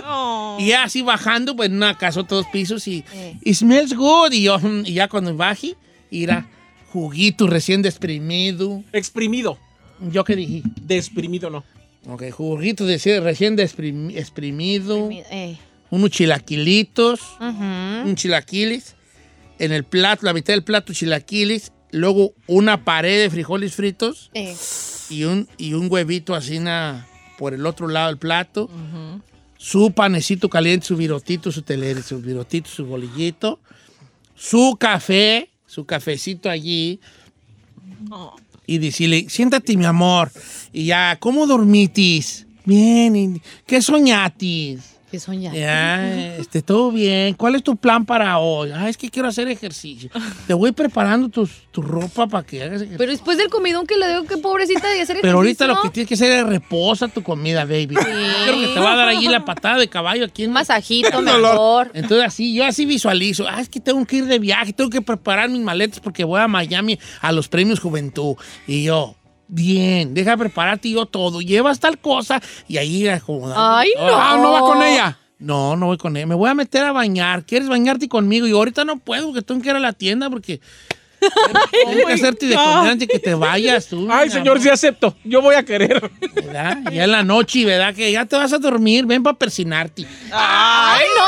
S8: Oh.
S1: Y ya así bajando, pues en una casota dos pisos y,
S2: Eh.
S1: y smells good. Y, yo, mm, y ya cuando baje, irá juguito recién desprimido.
S3: Exprimido.
S1: ¿Yo qué dije?
S3: Desprimido, no.
S1: Ok, juguito de- recién desprim- exprimido.
S2: Eh,
S1: Unos chilaquilitos,
S2: ujú.
S1: un chilaquiles. En el plato, la mitad del plato chilaquiles. Luego una pared de frijoles fritos
S2: Eh,
S1: y un, y un huevito así na, por el otro lado del plato. Su panecito caliente, su virotito, su telere, su virotito, su bolillito. Su café, su cafecito allí. y decirle, siéntate, mi amor. Y ya, ¿cómo dormitis? Bien, ¿y ¿qué soñatis?
S2: ¿Qué soñaste?
S1: Ya, este, todo bien. ¿Cuál es tu plan para hoy? Ah, es que quiero hacer ejercicio. Te voy preparando tus- tu ropa para que hagas ejercicio.
S2: Pero después del comidón que le digo, Pues, qué pobrecita de hacer
S1: Pero ahorita
S2: ejercicio.
S1: lo que tienes que hacer es reposa tu comida, baby. Creo que te va a dar allí la patada de caballo aquí en
S2: Un masajito,
S1: dolor.
S2: mejor.
S1: Entonces así, yo así visualizo, ah, es que tengo que ir de viaje, tengo que preparar mis maletas porque voy a Miami a los premios Juventud. Y yo, bien, deja prepararte yo todo, llevas tal cosa y ahí acomodando.
S2: Ay,
S1: todo.
S2: no.
S1: Ah,
S5: no va con ella.
S1: No, no voy con él. Me voy a meter a bañar. ¿Quieres bañarte conmigo? Y ahorita no puedo porque tengo que ir a la tienda porque... Tengo que hacerte de comer antes de que te vayas tú.
S3: Ay,
S1: mi
S3: señor,
S1: amor.
S3: sí acepto. Yo voy a querer.
S1: ¿Verdad? Ya en la noche, ¿verdad? Que ya te vas a dormir, ven para persinarte.
S8: ¡Ay, no!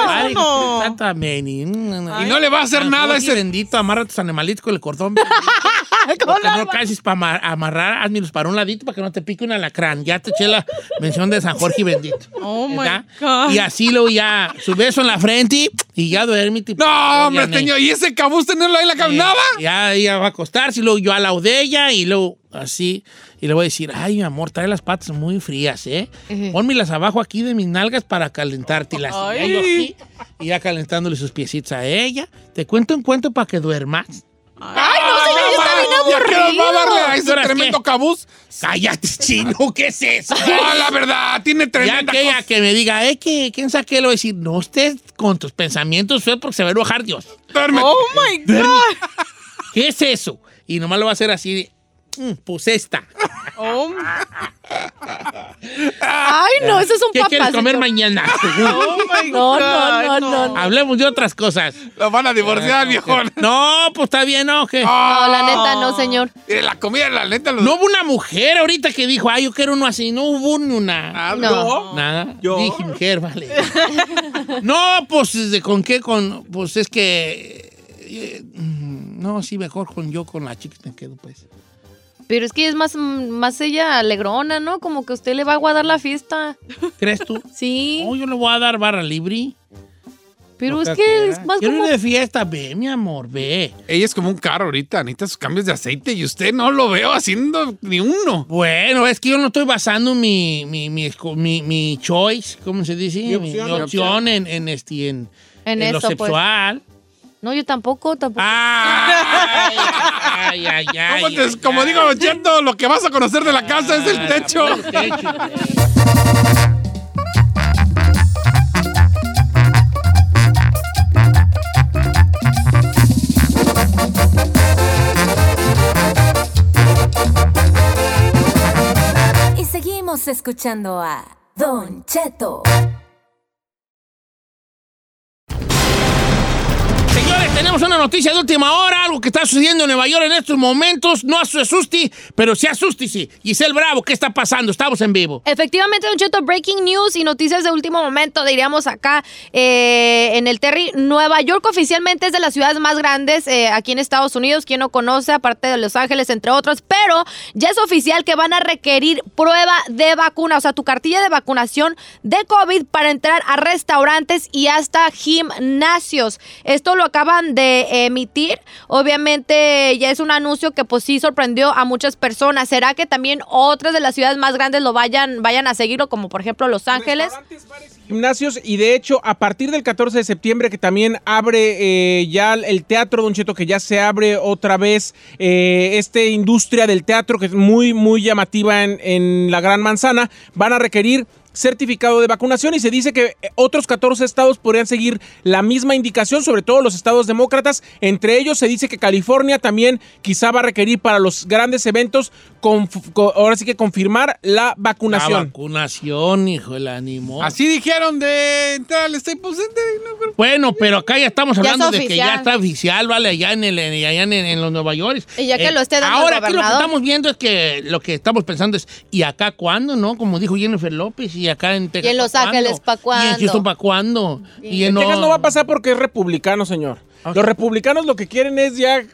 S1: Ay, Mm,
S8: Eso no.
S1: qué tata, men, Y
S5: Y no le va a hacer nada
S1: ese
S5: ese.
S1: bendito, amarra tus animalitos con el cordón. bendito, Porque no canses para amarrar, hazmelos para un ladito para que no te pique un alacrán. Ya te eché la mención de San Jorge bendito.
S8: Oh, my
S1: ¿verdad?
S8: God.
S1: Y así luego ya, su beso en la frente y- y ya duérmete.
S5: No, hombre,
S1: Ya,
S5: señor. ¿Y ese cabuz tenerlo ahí en la caminaba?
S1: ya ella va a acostarse y luego yo a la ella y luego así. Y le voy a decir, ay, mi amor, trae las patas muy frías, ¿eh? Pónmelas abajo aquí de mis nalgas para calentártelas. Y ya yo así, y ya calentándole sus piecitos a ella. Te cuento un cuento para que duermas.
S5: ¡Ay, no, señor! Ya está bien aburrido. Ah, va a darle a ese
S1: ¿Ahora qué?
S5: tremendo cabuz?
S1: Cállate, chino, ¿qué es eso?
S5: No, la verdad, tiene
S1: Ya
S5: tremenda
S1: aquella
S5: cosa.
S1: que me diga, eh, que quién saqué, lo voy a decir, no estés con tus pensamientos fue porque se va a enojar Dios.
S5: Duérmete.
S8: Oh, my God.
S1: ¿Qué es eso? Y nomás lo va a hacer así, mm, pues esta.
S8: Oh,
S2: Ay, no, ese es un
S1: ¿Qué
S2: papá.
S1: quieres comer
S2: señor.
S1: mañana?
S8: oh my
S2: No,
S8: God.
S2: no, no, no, no.
S1: Hablemos de otras cosas. Ah,
S5: Lo van a divorciar, viejón.
S1: No, pues está bien, ¿no? ¿Qué?
S2: No, la neta, no, señor.
S5: Y la comida, la neta, los...
S1: No hubo una mujer ahorita que dijo, ay, yo quiero uno así. No hubo ni una.
S5: Ah,
S2: No.
S1: Nada.
S3: Yo.
S1: Dije, mujer, vale. no, pues, ¿de ¿con qué? Con, pues es que... eh, mm, no, sí, mejor con yo, con la chica me quedo, pues.
S2: Pero es que es más, mm, más ella alegrona, ¿no? Como que usted le va a guardar la fiesta.
S1: ¿Crees tú?
S2: Sí.
S1: No, yo le voy a dar barra libre.
S2: pero
S1: No
S2: es
S1: seas
S2: que es
S1: fiera.
S2: más
S1: Quiero
S2: como.
S1: ir de fiesta, ve, mi amor, ve.
S5: Ella es como un carro ahorita, necesita sus cambios de aceite y usted no lo veo haciendo ni uno.
S1: Bueno, es que yo no estoy basando mi, mi, mi, esco- mi- mi choice, ¿cómo se dice? Mi, mi opción en, en, este, en,
S2: En
S1: en lo
S2: eso, pues.
S1: sexual. Ah,
S2: No, yo tampoco, tampoco.
S1: Ay, ay, ay, ay,
S5: Como, te-
S1: ay,
S5: como
S1: ay.
S5: digo, Don Cheto, lo que vas a conocer de la casa es el
S1: Ah,
S5: techo.
S1: el techo.
S7: Y seguimos escuchando a Don Cheto.
S1: Señores, tenemos una noticia de última hora, algo que está sucediendo en Nueva York en estos momentos. No se asuste, pero sí asústese. Giselle Bravo, ¿qué está pasando? Estamos en vivo.
S2: Efectivamente, Don Cheto, breaking news y noticias de último momento, diríamos acá eh, en el Terry. Nueva York oficialmente es de las ciudades más grandes eh, aquí en Estados Unidos, quien no conoce, aparte de Los Ángeles, entre otros, pero ya es oficial que van a requerir prueba de vacuna, o sea, tu cartilla de vacunación de COVID para entrar a restaurantes y hasta gimnasios. Esto lo acaban de emitir. Obviamente ya es un anuncio que pues sí sorprendió a muchas personas. ¿Será que también otras de las ciudades más grandes lo vayan, vayan a seguirlo, como por ejemplo Los Ángeles?
S3: Restaurantes, bares y Gimnasios y de hecho a partir del 14 de septiembre que también abre eh, ya el teatro, Don Cheto, que ya se abre otra vez eh, esta industria del teatro que es muy muy llamativa en, en la Gran Manzana, van a requerir certificado de vacunación y se dice que eh, otros 14 estados podrían seguir la misma indicación, sobre todo los estados demócratas, entre ellos se dice que California también quizá va a requerir para los grandes eventos, conf- co- ahora sí que confirmar la
S1: La
S3: vacunación. ¿Ah,
S1: vacunación, hijo, el ánimo.
S5: Así dijeron de entrar al
S3: pues,
S5: Staples Center. y no, pero-
S1: Bueno, pero acá ya estamos
S2: Ya
S1: hablando
S2: es
S1: de que ya
S2: oficial.
S1: está oficial, ¿vale? Allá en, el, en- allá en, en los Nueva York.
S2: Y ya que lo esté dando el
S1: Ahora, aquí lo que
S2: gobernador.
S1: estamos viendo es que lo que estamos pensando es, ¿y acá cuándo, no? Como dijo Jennifer López, ¿y acá en Texas?
S2: en Los
S1: ¿pa' cuándo?
S2: Ángeles, ¿pa'
S1: ¿Y en
S2: cuándo?
S1: Houston, para cuándo? Y en
S3: Texas no va a pasar porque es republicano, señor. Los republicanos lo que quieren es ya f-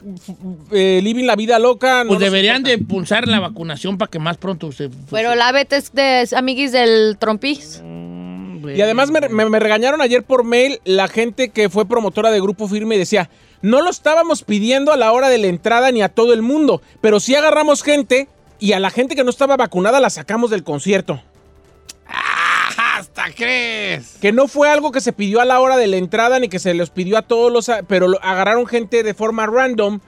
S3: eh, living la vida loca. no
S1: Pues
S3: nos
S1: deberían
S3: importa.
S1: de impulsar la vacunación para que más pronto se...
S5: pues,
S2: Pero la es de amiguis del Trompis.
S1: Mm,
S3: Y además me, me- me regañaron ayer por mail la gente que fue promotora de Grupo Firme y decía, No lo estábamos pidiendo a la hora de la entrada ni a todo el mundo, pero sí agarramos gente y a la gente que no estaba vacunada la sacamos del concierto.
S5: ¡Ah! ¿Hasta crees?
S3: Que no fue algo que se pidió a la hora de la entrada ni que se les pidió a todos los... Pero lo- agarraron gente de forma random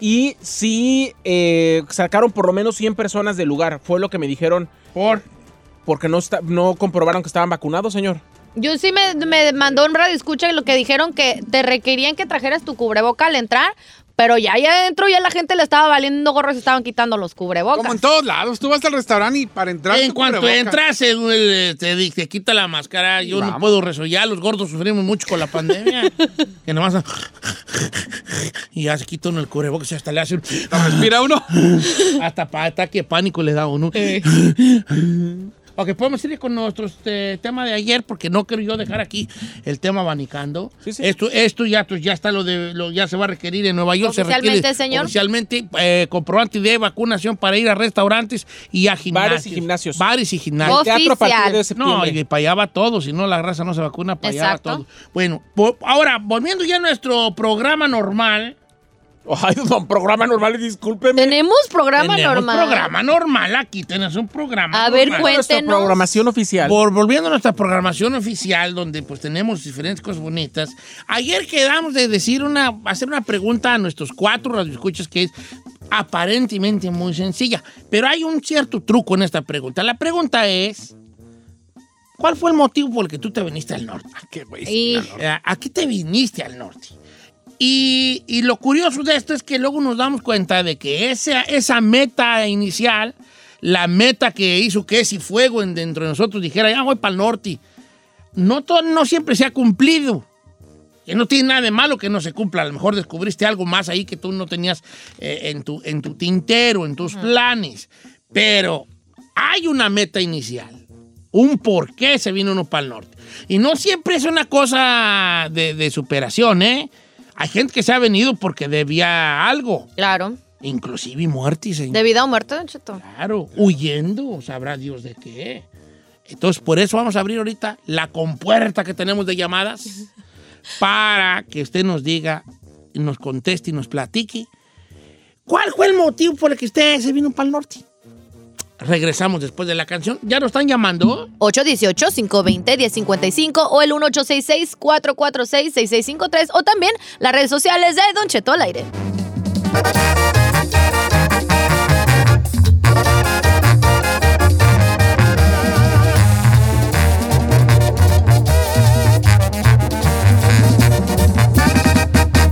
S3: y sí eh, sacaron por lo menos 100 personas del lugar. Fue lo que me dijeron
S1: Por.
S3: porque no, esta- no comprobaron que estaban vacunados, señor.
S2: Yo sí me, me mandó un radio escucha y lo que dijeron que te requerían que trajeras tu cubreboca al entrar, pero ya ahí adentro ya la gente le estaba valiendo gorros, estaban quitando los
S5: Como
S2: cubrebocas.
S5: en todos lados. Tú vas al restaurante y para entrar.
S1: En
S5: tú
S1: cuanto
S5: cubrebocas.
S1: entras, el- el- te, di- te quita la máscara. Yo no
S5: Vamos.
S1: puedo resollar. Los gordos sufrimos mucho con la pandemia. que nomás. y ya se quita uno el cubrebocas y hasta le hace un-
S5: Respira uno.
S1: Hasta pa- ataque de pánico le da a uno. Ok, podemos ir con nuestro este, tema de ayer porque no quiero yo dejar aquí el tema abanicando.
S3: Sí, sí.
S1: Esto, esto ya, pues, ya está lo de lo, ya se va a requerir en Nueva York. se requiere
S2: Oficialmente, señor.
S1: Oficialmente, eh, comprobante de vacunación para ir a restaurantes y a gimnasios.
S3: Bares y gimnasios.
S1: Bares y gimnasios.
S2: Oficial.
S3: Teatro a partir de
S1: No,
S3: septiembre.
S1: y para allá va todo, si no la raza no se vacuna, para allá va
S2: Exacto.
S1: todo. Bueno, po- ahora, volviendo ya a nuestro programa normal.
S3: Ay, don programa normal, discúlpeme.
S2: Tenemos programa
S1: tenemos
S2: normal.
S1: programa normal, aquí tenemos un programa
S2: A ver,
S1: normal.
S2: cuéntanos.
S3: Nuestra programación oficial.
S1: Por, volviendo a nuestra programación oficial, donde pues tenemos diferentes cosas bonitas. Ayer quedamos de decir una, hacer una pregunta a nuestros cuatro radioescuchas que es aparentemente muy sencilla, pero hay un cierto truco en esta pregunta. La pregunta es, ¿cuál fue el motivo por el que tú te viniste al norte?
S5: Qué güey.
S2: Y
S1: Eh, Aquí te viniste al norte. Y, y lo curioso de esto es que luego nos damos cuenta de que esa, esa meta inicial, la meta que hizo que ese fuego en- dentro de nosotros dijera, ya voy para el norte, no, to- no siempre se ha cumplido. Que no tiene nada de malo que no se cumpla. A lo mejor descubriste algo más ahí que tú no tenías eh, en, tu, en tu tintero, en tus planes. Pero hay una meta inicial un por qué se vino uno para el norte. Y no siempre es una cosa de, de superación, ¿eh? Hay gente que se ha venido porque debía algo,
S2: claro,
S1: inclusive muerte, señor.
S2: de vida o muerte, don Cheto.
S1: Claro, huyendo, sabrá Dios de qué. Entonces, por eso vamos a abrir ahorita la compuerta que tenemos de llamadas para que usted nos diga, nos conteste y nos platique cuál fue el motivo por el que usted se vino para el norte. Regresamos después de la canción. ¿Ya nos están llamando?
S2: 818-520-1055 o el 1866-446-6653 o también las redes sociales de Don Cheto al aire.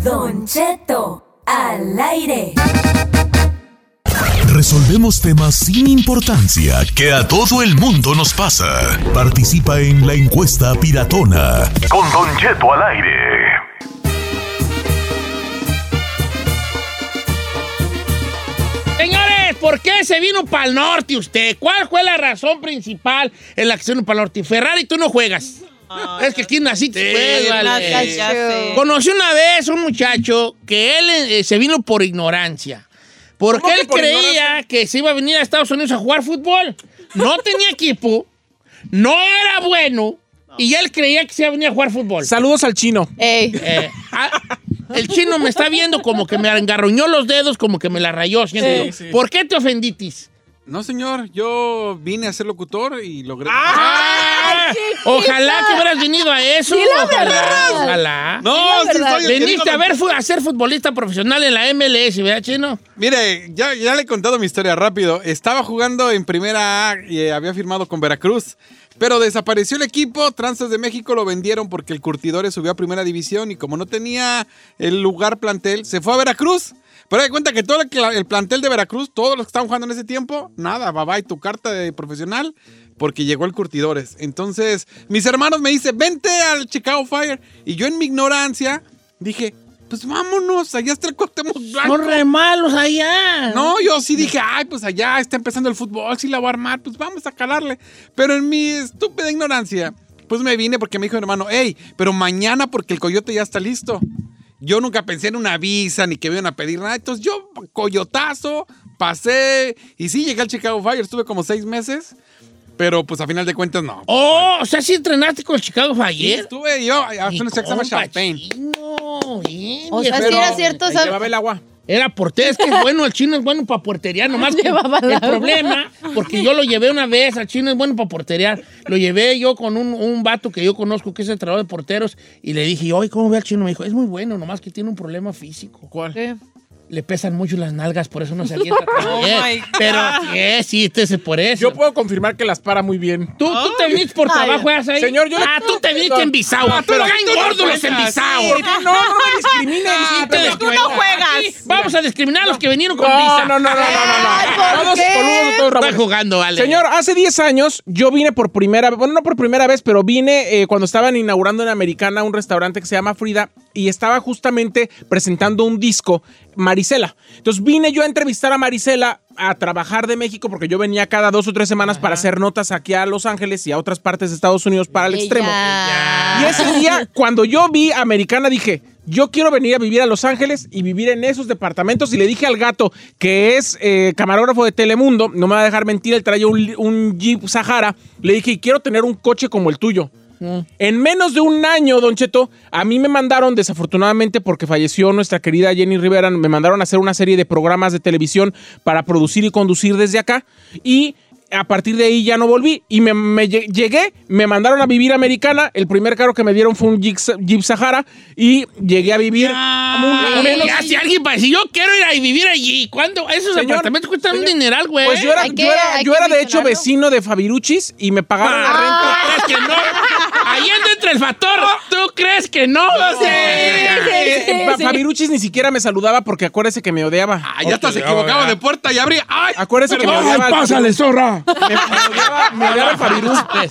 S7: Don Cheto al aire.
S10: Resolvemos temas sin importancia que a todo el mundo nos pasa. Participa en la encuesta piratona.
S9: Ah.
S10: Con Don Cheto al aire.
S1: Señores, ¿por qué se vino para el norte usted? ¿Cuál fue la razón principal en la que se vino para el norte? Ferrari, tú no juegas. es que aquí naciste. pues, vale.
S8: Gracias, ya sé.
S1: Conocí una vez un muchacho que él eh, se vino por ignorancia. Porque
S3: ¿Cómo que
S1: él
S3: por
S1: creía
S3: ignorancia?
S1: que se iba a venir a Estados Unidos a jugar fútbol. No tenía equipo, no era bueno, y él creía que se iba a venir a jugar fútbol.
S3: Saludos al chino.
S2: Ey,
S1: Eh, ah, el chino me está viendo como que me engarruñó los dedos, como que me la rayó. siento yo.
S5: sí.
S1: ¿Por qué te ofenditis?
S5: No, señor. Yo vine a ser locutor y logré.
S1: Ah, Ojalá que hubieras venido a eso. Ojalá, ojalá.
S5: No, sí,
S2: verdad.
S5: soy el que
S1: Veniste
S5: digo
S1: a,
S5: lo-
S1: ver, fu- a ser futbolista profesional en la MLS, ¿verdad, chino?
S5: Mire, ya, ya le he contado mi historia rápido. Estaba jugando en Primera A y eh, había firmado con Veracruz. Pero desapareció el equipo, Tranzas de México lo vendieron porque el Curtidores subió a Primera División y como no tenía el lugar plantel, se fue a Veracruz. Pero de cuenta que todo el, cla- el plantel de Veracruz, todos los que estaban jugando en ese tiempo, nada, bye bye, tu carta de profesional, porque llegó el Curtidores. Entonces, mis hermanos me dicen, vente al Chicago Fire. Y yo en mi ignorancia dije, pues vámonos, allá está el Cuauhtémoc Blanco.
S1: Son re malos allá.
S5: No, yo sí dije, ay, pues allá está empezando el fútbol, sí la voy a armar, pues vamos a calarle. Pero en mi estúpida ignorancia, pues me vine porque me dijo mi hermano, hey, pero mañana porque el coyote ya está listo. Yo nunca pensé en una visa ni que me iban a pedir nada. Entonces yo, coyotazo, pasé. Y sí, llegué al Chicago Fire, estuve como seis meses. Pero pues a final de cuentas no.
S1: Oh, o sea, sí entrenaste con el Chicago Fire.
S5: Sí, estuve yo hasta
S1: Mi
S5: un examen
S1: compa,
S5: champagne.
S1: No, bien.
S2: O
S1: viejo.
S2: sea, si era cierto, ¿sabes?
S5: Llevaba el agua.
S1: Era portero, es que es bueno, el chino es bueno para portería, nomás que
S2: Llevaba
S1: el
S2: la-
S1: problema, porque yo lo llevé una vez, al chino es bueno para portería, lo llevé yo con un, un vato que yo conozco que es el trabajo de porteros y le dije, oye, ¿cómo ve al chino? Me dijo, es muy bueno, nomás que tiene un problema físico. ¿Cuál? Le pesan mucho las nalgas, por eso no se avienta tan
S8: Oh
S1: bien.
S8: my God.
S1: Pero eh, sí, este es por eso.
S3: Yo puedo confirmar que las para muy bien.
S1: Tú, tú te viniste por trabajo, ¿eh? ahí.
S3: Señor, yo le-
S1: Ah, tú te viniste en Bisau.
S3: Ah,
S1: pero
S3: pero
S1: caen
S3: tú no
S1: gordos los en
S3: juegas.
S1: Bisau.
S3: Sí, no, no me discrimines.
S1: Sí, te
S8: pero tú no
S1: descuentan.
S8: juegas.
S1: Aquí Vamos a discriminar a los que vinieron con
S3: No,
S1: visa.
S3: no, no, no, no, no, no. Todos coludos, todos
S1: Están
S3: rabones.
S1: jugando, vale.
S3: Señor, hace 10 años yo vine por primera vez, bueno, no por primera vez, pero vine eh, cuando estaban inaugurando en Americana un restaurante que se llama Frida y estaba justamente presentando un disco, Marisela. Entonces vine yo a entrevistar a Marisela a trabajar de México porque yo venía cada dos o tres semanas para hacer notas aquí a Los Ángeles y a otras partes de Estados Unidos para el extremo. Y ese día, cuando yo vi a Americana, dije, yo quiero venir a vivir a Los Ángeles y vivir en esos departamentos. Y le dije al gato, que es eh, camarógrafo de Telemundo, no me va a dejar mentir, él traía un, un Jeep Sahara, le dije, "Y quiero tener un coche como el tuyo.
S8: Mm.
S3: En menos de un año, Don Cheto, a mí me mandaron, desafortunadamente, porque falleció nuestra querida Jenny Rivera, me mandaron a hacer una serie de programas de televisión para producir y conducir desde acá. Y a partir de ahí ya no volví. Y me, me lle- llegué, me mandaron a vivir a americana. El primer carro que me dieron fue un Jeep, Sa- Jeep Sahara. Y llegué a vivir. como un- un-
S1: Ay, ya, si alguien para decir, yo quiero ir a vivir allí. ¿Cuándo? Esos
S3: Señor,
S1: apartamentos cuestan un
S3: señor,
S1: dineral, güey.
S3: Pues yo era,
S2: Hay que-
S3: yo era-
S2: hay
S3: yo
S2: que
S3: era, de hecho
S2: mencionarlo.
S3: vecino de Fabiruchis y me pagaron la renta.
S1: Ah, ¿Tú crees que no? Ahí entra entre el factor. ¿Tú crees que no?
S3: Eh, Fa- Fabiruchis ni siquiera me saludaba porque acuérdese que me odiaba.
S5: Ah, ya hasta se equivocaba de puerta y abría. ¡Ay!
S3: Acuérdese que me odiaba.
S1: zorra!
S3: Me, me odiaba, me odiaba el Fabiruchis.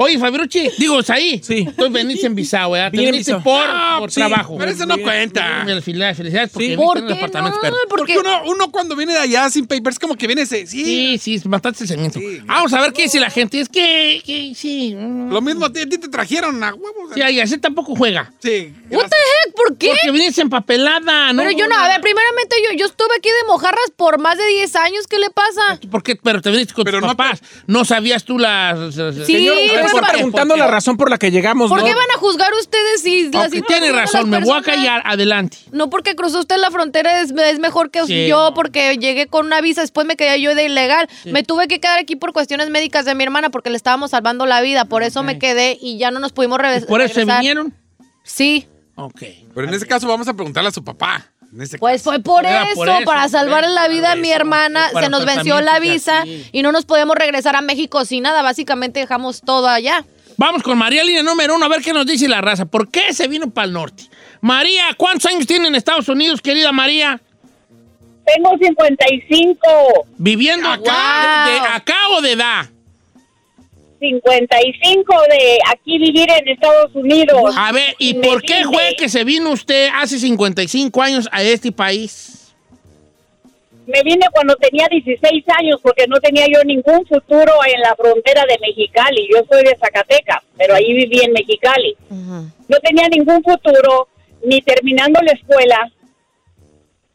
S1: Oye, Fabiruchi, digo, ahí.
S3: Sí.
S1: Tú veniste en Bisau, ¿verdad? Te
S3: Vine en
S1: viniste
S3: Bissau.
S1: por,
S5: No,
S1: por
S5: sí,
S1: trabajo.
S5: pero eso no cuenta.
S1: Mil Felicidades, felicidades, porque
S3: Sí.
S1: viviste
S2: ¿Por
S1: en el
S2: qué no?
S1: apartamento experto.
S2: Porque
S5: Porque uno, uno cuando viene de allá sin papers, como que viene ese. Sí.
S1: Sí, sí, es bastante cemento.
S5: Sí.
S1: Vamos a ver qué dice la gente. Es que, que sí. mm,
S5: Lo mismo a ti, a ti te trajeron a huevos.
S1: Sí, ahí así tampoco juega.
S5: Sí,
S2: What the
S5: gracias.
S2: heck? ¿Por qué?
S1: Porque vienes empapelada, Ah, ¿no?
S2: Pero yo no, a ver, primeramente yo, yo estuve aquí de mojarras por más de 10 años, ¿qué le pasa?
S1: ¿Por qué? Pero te viniste con
S5: Pero
S1: tus
S5: no te-
S1: papás. No sabías tú las. Sí,
S2: Señor,
S3: Usted me
S2: fue
S3: está
S2: para-
S3: preguntando la razón por la que llegamos,
S2: ¿Por
S3: ¿no?
S2: qué van a juzgar ustedes si la situación
S1: pues tiene
S2: de las
S1: razón, me voy a
S2: personas-
S1: callar. Adelante.
S2: No, porque cruzó usted la frontera es, es mejor que
S1: Sí,
S2: yo,
S1: no.
S2: porque llegué con una visa, después me quedé yo de ilegal. Me tuve que quedar aquí por cuestiones médicas de mi hermana, porque le estábamos salvando la vida, por eso me quedé y ya no nos pudimos
S1: ¿Y
S2: reves- regresar.
S1: ¿Por eso se vinieron?
S2: Sí,
S1: Ok.
S5: Pero en ese caso vamos a preguntarle a su papá. En ese
S2: pues fue por,
S1: Era
S2: eso,
S1: por eso,
S2: para salvarle la
S1: por
S2: vida a
S1: eso,
S2: mi hermana,
S1: para
S2: se nos venció la
S1: tratamientos
S2: visa
S1: y así.
S2: y no nos podemos regresar a México sin nada, básicamente dejamos todo allá.
S1: Vamos con María, línea número uno, a ver qué nos dice la raza. ¿Por qué se vino para el norte? María, ¿cuántos años tiene en Estados Unidos, querida María?
S6: Tengo 55,
S1: ¿Viviendo acá?
S2: wow.
S1: de- ¿Acá o de edad?
S6: 55 de aquí vivir en Estados Unidos.
S1: A ver, ¿y
S6: Me
S1: por qué
S6: vine.
S1: fue que se vino usted hace 55 años a este país?
S6: Me vine cuando tenía 16 años porque no tenía yo ningún futuro en la frontera de Mexicali. Yo soy de Zacatecas, pero ahí viví en Mexicali. No tenía ningún futuro, ni terminando la escuela.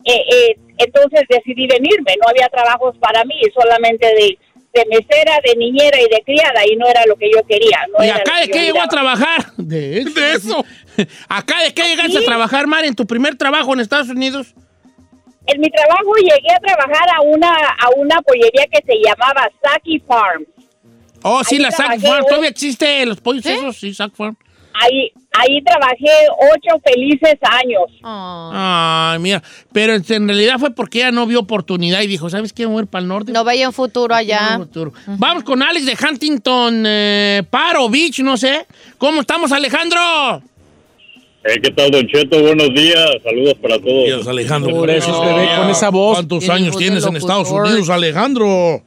S6: Eh, eh, entonces decidí venirme. No había trabajos para mí, solamente de, de mesera, de niñera y de criada, y no era lo que yo quería. no
S1: ¿Y
S6: era lo
S1: acá
S6: que
S1: de
S6: yo
S1: qué llegó a
S6: miraba.
S1: trabajar? De eso.
S5: De eso.
S1: ¿Acá de qué llegaste a trabajar, María, en tu primer trabajo en Estados Unidos?
S6: En mi trabajo llegué a trabajar a una, a una pollería que se llamaba Saki Farm.
S1: Oh, sí,
S6: Ahí
S1: la Sack
S6: trabajé,
S1: Farm.
S6: güey.
S1: ¿Todavía existe los pollos esos? Sí, Sack Farm.
S6: Ahí, ahí trabajé ocho felices años.
S1: Ay, mira. Pero este, en realidad fue porque ella no vio oportunidad y dijo, ¿sabes qué? Me Voy a ir para el norte.
S2: No veía un futuro allá.
S1: Muy futuro. Vamos con Alex de Huntington, eh, Paro Beach, no sé. ¿Cómo estamos, Alejandro?
S9: Eh, ¿Qué tal, Don Cheto? Buenos días. Saludos para todos.
S1: Alejandro.
S3: Por eso se ve con esa voz.
S1: ¿Cuántos
S2: Tiene
S1: años
S2: voz de
S1: tienes en
S2: locutor.
S1: Estados Unidos, Alejandro?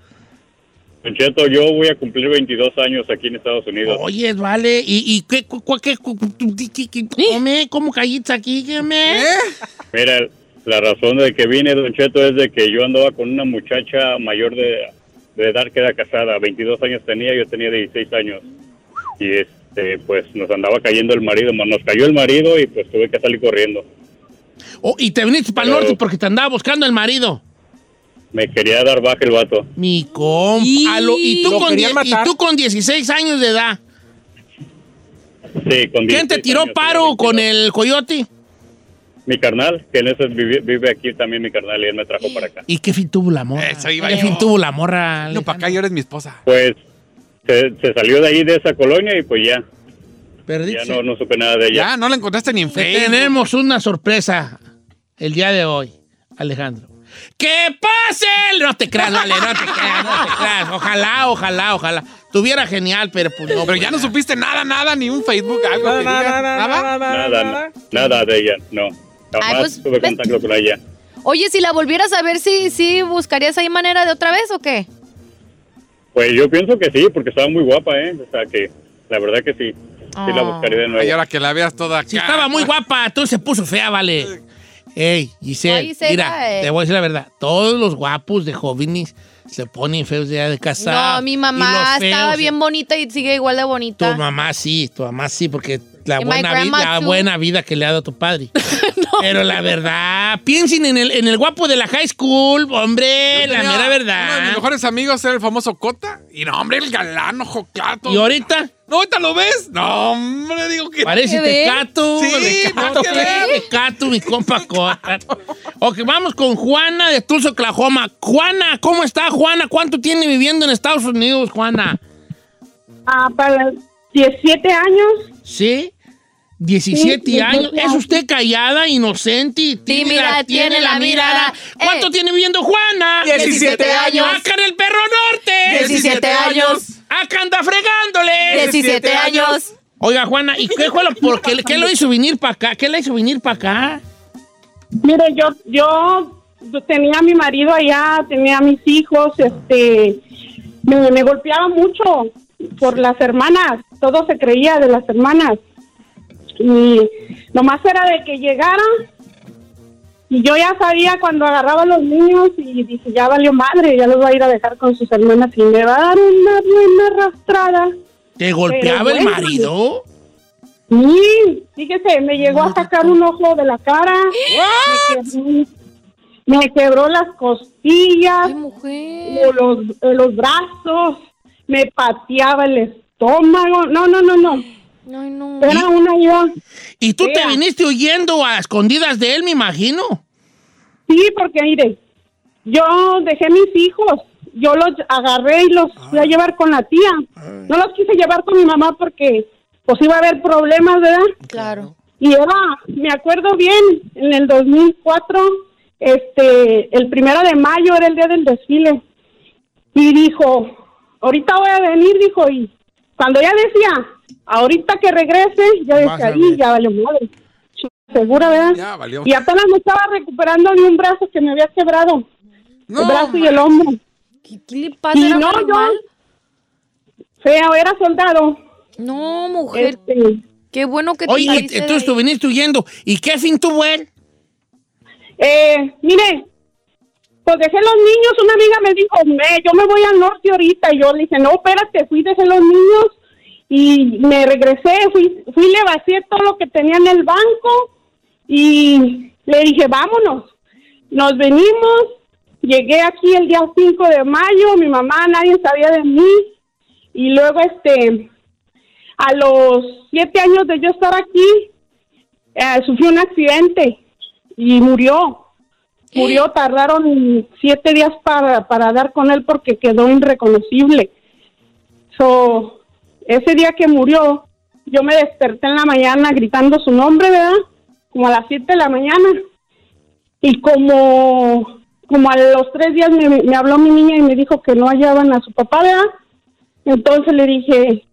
S9: Don Cheto, yo voy a cumplir 22 años aquí en Estados Unidos.
S1: Oye, vale. ¿Y, y qué, cu- cu- qué, cu- tu- ti- ti- ti- come? ¿Cómo callitas aquí? ¿Qué me?
S9: Mira, la razón de que vine, Don Cheto, es de que yo andaba con una muchacha mayor de, de edad que era casada. 22 años tenía, yo tenía 16 años. Y este, pues nos andaba cayendo el marido, ma- nos cayó el marido y pues tuve que salir corriendo.
S1: Oh, y te viniste para el
S9: Pero-
S1: norte porque te andaba buscando el marido.
S9: Me quería dar baja el vato.
S1: Mi compa. A lo- y, tú
S9: Lo
S1: con
S9: querían
S1: die- y
S9: matar.
S1: tú con 16 años de edad.
S9: Sí, con
S1: ¿Quién te
S9: 16
S1: tiró
S9: años,
S1: paro con el coyote?
S9: Mi carnal, que en eso vive, vive aquí también mi carnal y él me trajo para acá.
S1: ¿Y qué fin tuvo la morra? ¿Qué fin tuvo la morra? No, para acá
S5: yo eres mi esposa.
S9: Pues se, se salió de ahí de esa colonia y pues ya.
S1: Perdiste.
S9: Ya no, no supe nada de ella.
S5: Ya, no la encontraste ni en
S1: Te
S5: Facebook.
S1: tenemos una sorpresa el día de hoy, Alejandro. ¡Que pase! el- No te creas, dale, no te creas, no te creas. Ojalá, ojalá, ojalá. Tuviera genial, pero pues no.
S5: Pero ya no supiste nada, nada, ni un Facebook, algo que digas, nada.
S9: Nada, nada, de ella, no. Jamás
S2: Ay, pues,
S9: tuve contacto con ella.
S2: Oye, si la volvieras a ver, ¿sí, sí buscarías ahí manera de otra vez o qué?
S9: Pues yo pienso que sí, porque estaba muy guapa, ¿eh? O sea que la verdad que sí. Sí
S2: Ah.
S9: la buscaré de nuevo.
S5: Y ahora que la veas toda acá.
S1: Si estaba muy guapa, tú se puso fea, vale. Ey, Giselle,
S2: Ay, Gisela,
S1: mira,
S2: eh.
S1: te voy a decir la verdad. Todos los guapos de jóvenes se ponen feos ya de casa.
S2: no, mi
S1: Y
S2: mamá
S1: los feos,
S2: estaba bien bonita y sigue igual de
S1: Tu
S2: bonita.
S1: mamá sí, tu mamá sí, porque la,
S2: Y my
S1: buena, vida,
S2: grandma
S1: la
S2: too.
S1: buena vida que le ha dado tu padre. Pero la verdad, piensen en el, en el guapo de la high school, hombre, la mera
S5: Tenía Uno de mis
S1: verdad.
S5: mejores amigos era el famoso Cota. Y no, hombre, el galán, ojo clato.
S1: Y ahorita
S5: No, ahorita lo ves. No, hombre, digo que.
S1: parece
S2: ¿Qué ves?
S1: Tecato.
S5: Sí,
S1: Tecato,
S5: ¿qué ves?
S1: Tecato, mi compa Cota. Ok, vamos con Juana de Tulsa, Oklahoma. Juana, ¿cómo está Juana? ¿Cuánto tiene viviendo en Estados Unidos, Juana?
S11: Ah, para 17 años.
S1: ¿Sí? 17
S11: Sí,
S1: años.
S11: 17
S1: ¿Es usted callada, inocente y tímida?
S2: Tímida, tiene la mirada.
S1: ¿Cuánto
S2: Eh.
S1: tiene viviendo Juana?
S3: 17
S2: años.
S1: ¡Acá en el perro norte!
S2: 17 años.
S1: ¡Acá anda fregándole!
S2: 17 años.
S1: Oiga, Juana, ¿y qué fue lo, por qué, qué lo hizo venir para acá? ¿Qué le hizo venir para acá?
S11: Mire, yo, yo tenía a mi marido allá, tenía a mis hijos, este, me, me golpeaba mucho por las hermanas, todo se creía de las hermanas. Y nomás era de que llegara y yo ya sabía cuando agarraba a los niños y dije, ya valió madre, ya los va a ir a dejar con sus hermanas y me va a dar una buena arrastrada.
S1: ¿Te golpeaba el
S11: bueno.
S1: marido?
S11: Sí, fíjese, me llegó a sacar un ojo de la cara. Me quebró, me quebró las costillas,
S2: Ay, mujer.
S11: o los, o los brazos, me pateaba el estómago. No, no, no, no.
S2: Ay, no.
S11: Era una ida.
S1: ¿Y tú te
S11: Ea.
S1: viniste huyendo a escondidas de él, me imagino?
S11: Sí, porque mire, yo dejé mis hijos. Yo los agarré y los fui a llevar con la tía. No los quise llevar con mi mamá porque pues iba a haber problemas, ¿verdad?
S2: Claro.
S11: Y era, me acuerdo bien, en el 2004, este, el primero de mayo era el día del desfile. Y dijo, ahorita voy a venir, dijo, y cuando ya decía, ahorita que regrese, ya
S1: Vas
S11: decía,
S1: a
S11: ahí
S1: ver".
S11: ya valió madre. Ch- Segura, ¿verdad?
S5: Ya, valió.
S11: Y apenas me estaba recuperando de un brazo que me había quebrado. el brazo y el hombro.
S2: ¿Qué, qué le pasa?
S11: Y
S2: ¿Era
S11: no,
S2: normal?
S11: Feo, era soldado.
S2: No, mujer.
S11: Este,
S2: Qué bueno que te
S1: Oye,
S2: saliste
S1: entonces
S2: de
S1: tú
S2: ahí.
S1: viniste huyendo. ¿Y qué fin tuvo él?
S11: Eh, mire, pues dejé los niños, una amiga me dijo, me, yo me voy al norte ahorita, y yo le dije, no, espérate, fui, dejé los niños, y me regresé, fui, fui, le vacié todo lo que tenía en el banco, y le dije, vámonos, nos venimos, llegué aquí el día 5 de mayo, mi mamá, nadie sabía de mí, y luego, este, a los siete años de yo estar aquí, eh, sufrió un accidente y murió. Murió, tardaron siete días para, para dar con él porque quedó irreconocible. So, ese día que murió, yo me desperté en la mañana gritando su nombre, ¿verdad? Como a las siete de la mañana. Y como, como a los tres días me, me habló mi niña y me dijo que no hallaban a su papá, ¿verdad? Entonces le dije,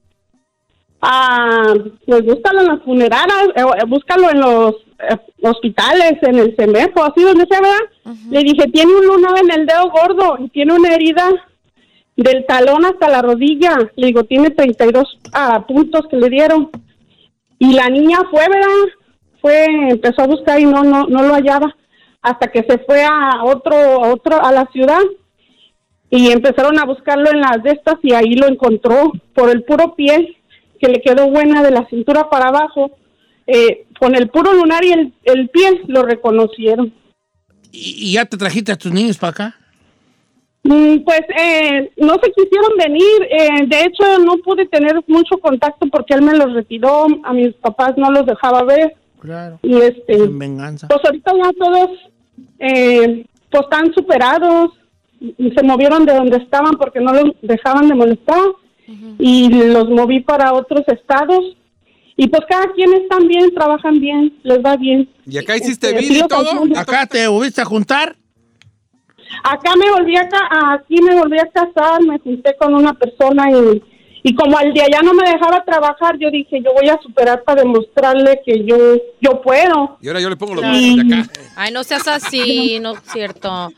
S11: ah, pues búscalo en las funerarias, eh, eh, búscalo en los eh, hospitales, en el CEMEFO, así donde sea, ¿verdad? Le dije, tiene un lunar en el dedo gordo y tiene una herida del talón hasta la rodilla. Le digo, tiene 32 ah, puntos que le dieron. Y la niña fue, ¿verdad? Fue, empezó a buscar y no, no, no lo hallaba. Hasta que se fue a otro, a otro, a la ciudad y empezaron a buscarlo en las de estas y ahí lo encontró por el puro pie que le quedó buena de la cintura para abajo eh, con el puro lunar y el, el pie lo reconocieron
S1: ¿Y, y ya te trajiste a tus niños para acá?
S11: Mm, Pues eh, no se quisieron venir, eh, de hecho no pude tener mucho contacto porque él me los retiró, a mis papás no los dejaba ver.
S1: Claro.
S11: Y este,
S1: En venganza.
S11: pues ahorita ya todos eh, pues están superados y se movieron de donde estaban porque no los dejaban de molestar y los moví para otros estados y pues cada quien están bien, trabajan bien, les va bien.
S5: ¿Y acá hiciste
S11: Este,
S5: vida y
S11: sigo
S5: todo?
S11: cantando.
S1: Acá te volviste a juntar.
S11: Acá me volví a ca- aquí me volví a casar, me junté con una persona y, y como al de allá no me dejaba trabajar, yo dije, yo voy a superar para demostrarle que yo yo puedo.
S5: Y ahora yo le pongo los
S2: Claro.
S5: moños
S11: eh,
S5: de acá.
S2: Ay, no seas así, no es cierto.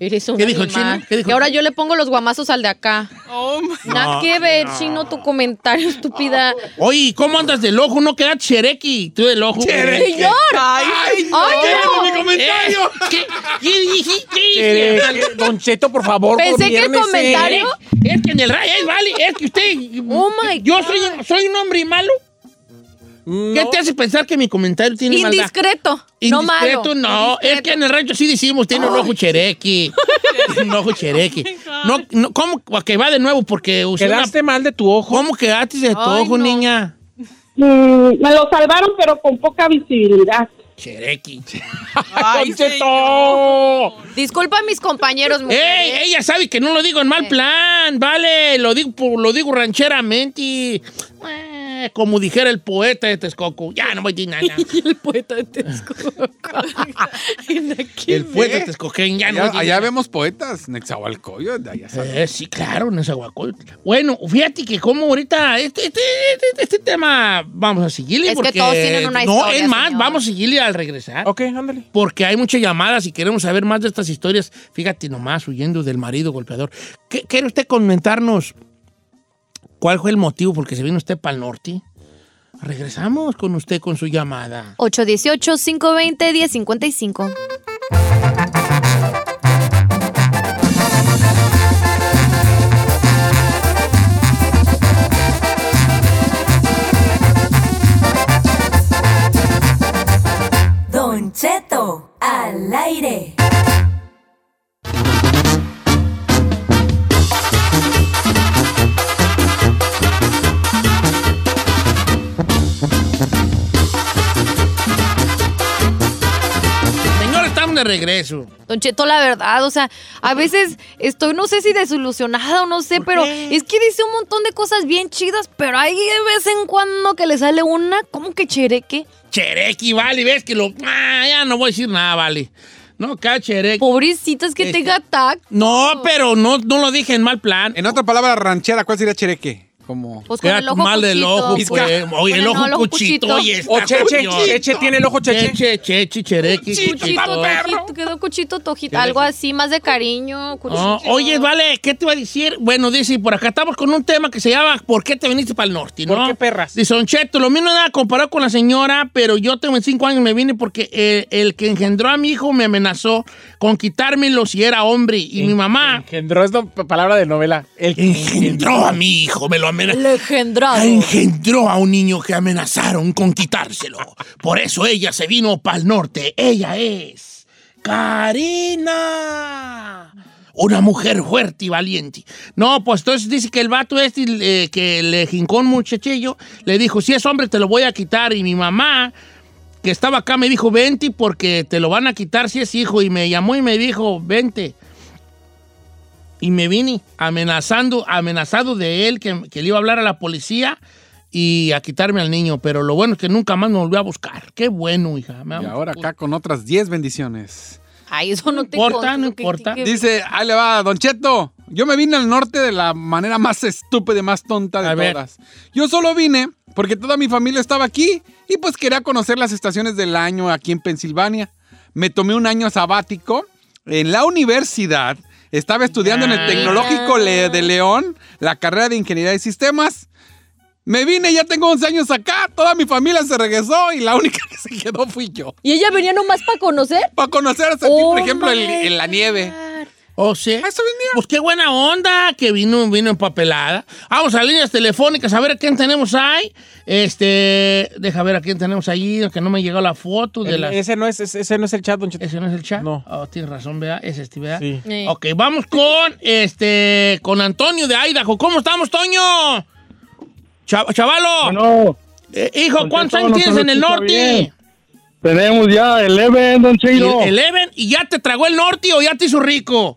S2: Eres un
S1: ¿Qué dijo el
S2: animal.
S1: chino? ¿Qué dijo
S2: Y ahora yo le pongo los guamazos al de acá.
S8: Oh, my-
S2: Nada
S1: No,
S2: que ver,
S1: no.
S2: chino, tu comentario, estúpida.
S1: Oye, ¿cómo andas del ojo? No queda cherequi. Tú del ojo.
S5: Cherequi.
S1: Eh,
S8: Ay,
S2: Ay, no. Eh,
S5: mi comentario!
S1: ¿Qué, qué dijiste?
S3: Eh, Don Cheto, por favor,
S2: Pensé que el
S3: gobiérnese.
S2: comentario.
S1: Es que en el rayo, es vale, es que usted.
S2: Oh, my
S1: Yo
S2: God.
S1: soy, soy un hombre malo.
S3: No.
S1: ¿Qué te hace pensar que mi comentario tiene maldad?
S2: Indiscreto, no malo.
S1: Indiscreto, no. Es que en el rancho sí decimos, tiene un ojo cherequi. Tiene un ojo cherequi. No, no, ¿Cómo? Que va de nuevo porque usé una-
S3: Quedaste mal de tu ojo.
S1: ¿Cómo quedaste de tu
S2: Ay,
S1: ojo,
S2: no.
S1: niña?
S11: Mm, me lo salvaron pero con poca visibilidad.
S1: Cherequi.
S8: Ay,
S3: Don Cheto.
S8: señor.
S2: Disculpa a mis compañeros.
S1: ¡Ey!
S2: mujeres.
S1: Ella sabe que no lo digo en mal plan, vale. Lo digo, por- lo digo rancheramente. Eh, Como dijera el poeta de Texcoco. Ya, no voy a decir nada.
S2: el poeta de Texcoco.
S1: El poeta de Texcoco. Ya no voy a
S5: Allá,
S1: decir
S5: allá
S1: nada.
S5: vemos poetas, Nexahualcoyo, de allá sale.
S1: Eh, sí, claro, en Nezahualcóyotl. Bueno, fíjate que como ahorita este, este, este, este tema vamos a seguirle
S2: Es que
S1: porque
S2: todos tienen una
S1: no
S2: historia,
S1: es más,
S2: señor.
S1: vamos a seguirle al regresar.
S3: Ok, ándale.
S1: Porque hay muchas llamadas y queremos saber más de estas historias. Fíjate nomás, huyendo del marido golpeador. ¿Qué, ¿Quiere usted comentarnos cuál fue el motivo por el que se vino usted para el norte? Regresamos con usted con su llamada.
S2: 818-520-1055.
S7: Don Cheto al aire.
S1: Señor, estamos de regreso.
S2: Don Cheto, la verdad, o sea, a veces estoy, no sé si desilusionada o no sé, pero es que dice un montón de cosas bien chidas, pero hay de vez en cuando que le sale una, como que chereque?
S1: Cherequi, vale, ves que lo. Ah, ya no voy a decir nada, vale. No, acá, Cherequi.
S2: Pobrecitas que
S1: Este.
S2: tenga ataque.
S1: No, pero no, no lo dije en mal plan.
S5: En otra palabra, ranchera, ¿cuál sería Chereque? Como...
S2: Pues con
S1: Era
S2: el ojo
S1: mal del
S2: cuchito.
S1: ojo, pues. Oye, el
S2: Con
S1: ojo cuchito. Oye,
S2: Oye,
S1: esta
S3: O Cheche,
S1: cuestión.
S3: Cheche tiene el ojo Cheche.
S1: Cheche, cheche, cherequi,
S2: Cuchito,
S1: cuchito.
S2: tojito, quedó cuchito, tojito, algo así, más de cariño.
S1: No,
S2: cuchito.
S1: Ah, oye, vale, ¿qué te iba a decir? Bueno, dice, por acá estamos con un tema que se llama ¿Por qué te viniste para el norte? ¿no?
S3: ¿Por qué perras?
S1: Dice, Don Cheto, lo mismo nada comparado con la señora, pero yo tengo en cinco años me vine porque eh, el que engendró a mi hijo me amenazó con quitármelo si era hombre. Y mi mamá
S3: Engendró es la pa- palabra de novela. El
S1: engendró a mi hijo, me lo amenazó.
S2: Legendrado.
S1: Engendró a un niño que amenazaron con quitárselo. Por eso ella se vino para el norte. Ella es Karina. Una mujer fuerte y valiente. No, pues entonces dice que el vato este eh, que le jincó un muchachillo le dijo, si es hombre te lo voy a quitar. Y mi mamá, que estaba acá, me dijo, vente porque te lo van a quitar si es hijo. Y me llamó y me dijo, vente. Y me vine amenazando, amenazado de él, que, que le iba a hablar a la policía y a quitarme al niño. Pero lo bueno es que nunca más me volvió a buscar. Qué bueno, hija. Me
S5: Y
S1: amo.
S5: ahora acá con otras 10 bendiciones.
S2: Ay, eso no te
S1: importa,
S2: consta,
S1: no
S2: que-
S1: importa.
S2: que-
S5: Dice, ahí le va, Don Cheto. Yo me vine al norte de la manera más estúpida y más tonta de
S1: A ver.
S5: todas. Yo solo vine porque toda mi familia estaba aquí y pues quería conocer las estaciones del año aquí en Pensilvania. Me tomé un año sabático en la universidad. Estaba estudiando
S1: Ah.
S5: en el Tecnológico Le- de León la carrera de Ingeniería de Sistemas. Me vine, ya tengo 11 años acá, toda mi familia se regresó y la única que se quedó fui yo.
S2: ¿Y ella venía nomás para conocer?
S1: Oh,
S5: Para conocer, a sentir, por ejemplo, el- el- la nieve.
S1: O sea, pues qué buena onda que vino, vino empapelada. Vamos a líneas telefónicas a ver a quién tenemos ahí. Este, deja ver a quién tenemos allí, que no me llegó la foto de
S3: El-
S1: la.
S3: Ese, no es, ese- ese no es el chat, don Cheto.
S1: ¿Ese no es el chat? No. tienes razón, vea, es este, vea.
S3: Sí. Sí.
S1: Ok, vamos con este, con Antonio de Idaho. ¿Cómo estamos, Toño? Cha- Chavalo. Eh, hijo, ¿cuántos años tienes en el norte?
S12: Tenemos ya 11, don Cheto.
S1: Y- Eleven, ¿y ya te tragó el norte o ya te hizo rico?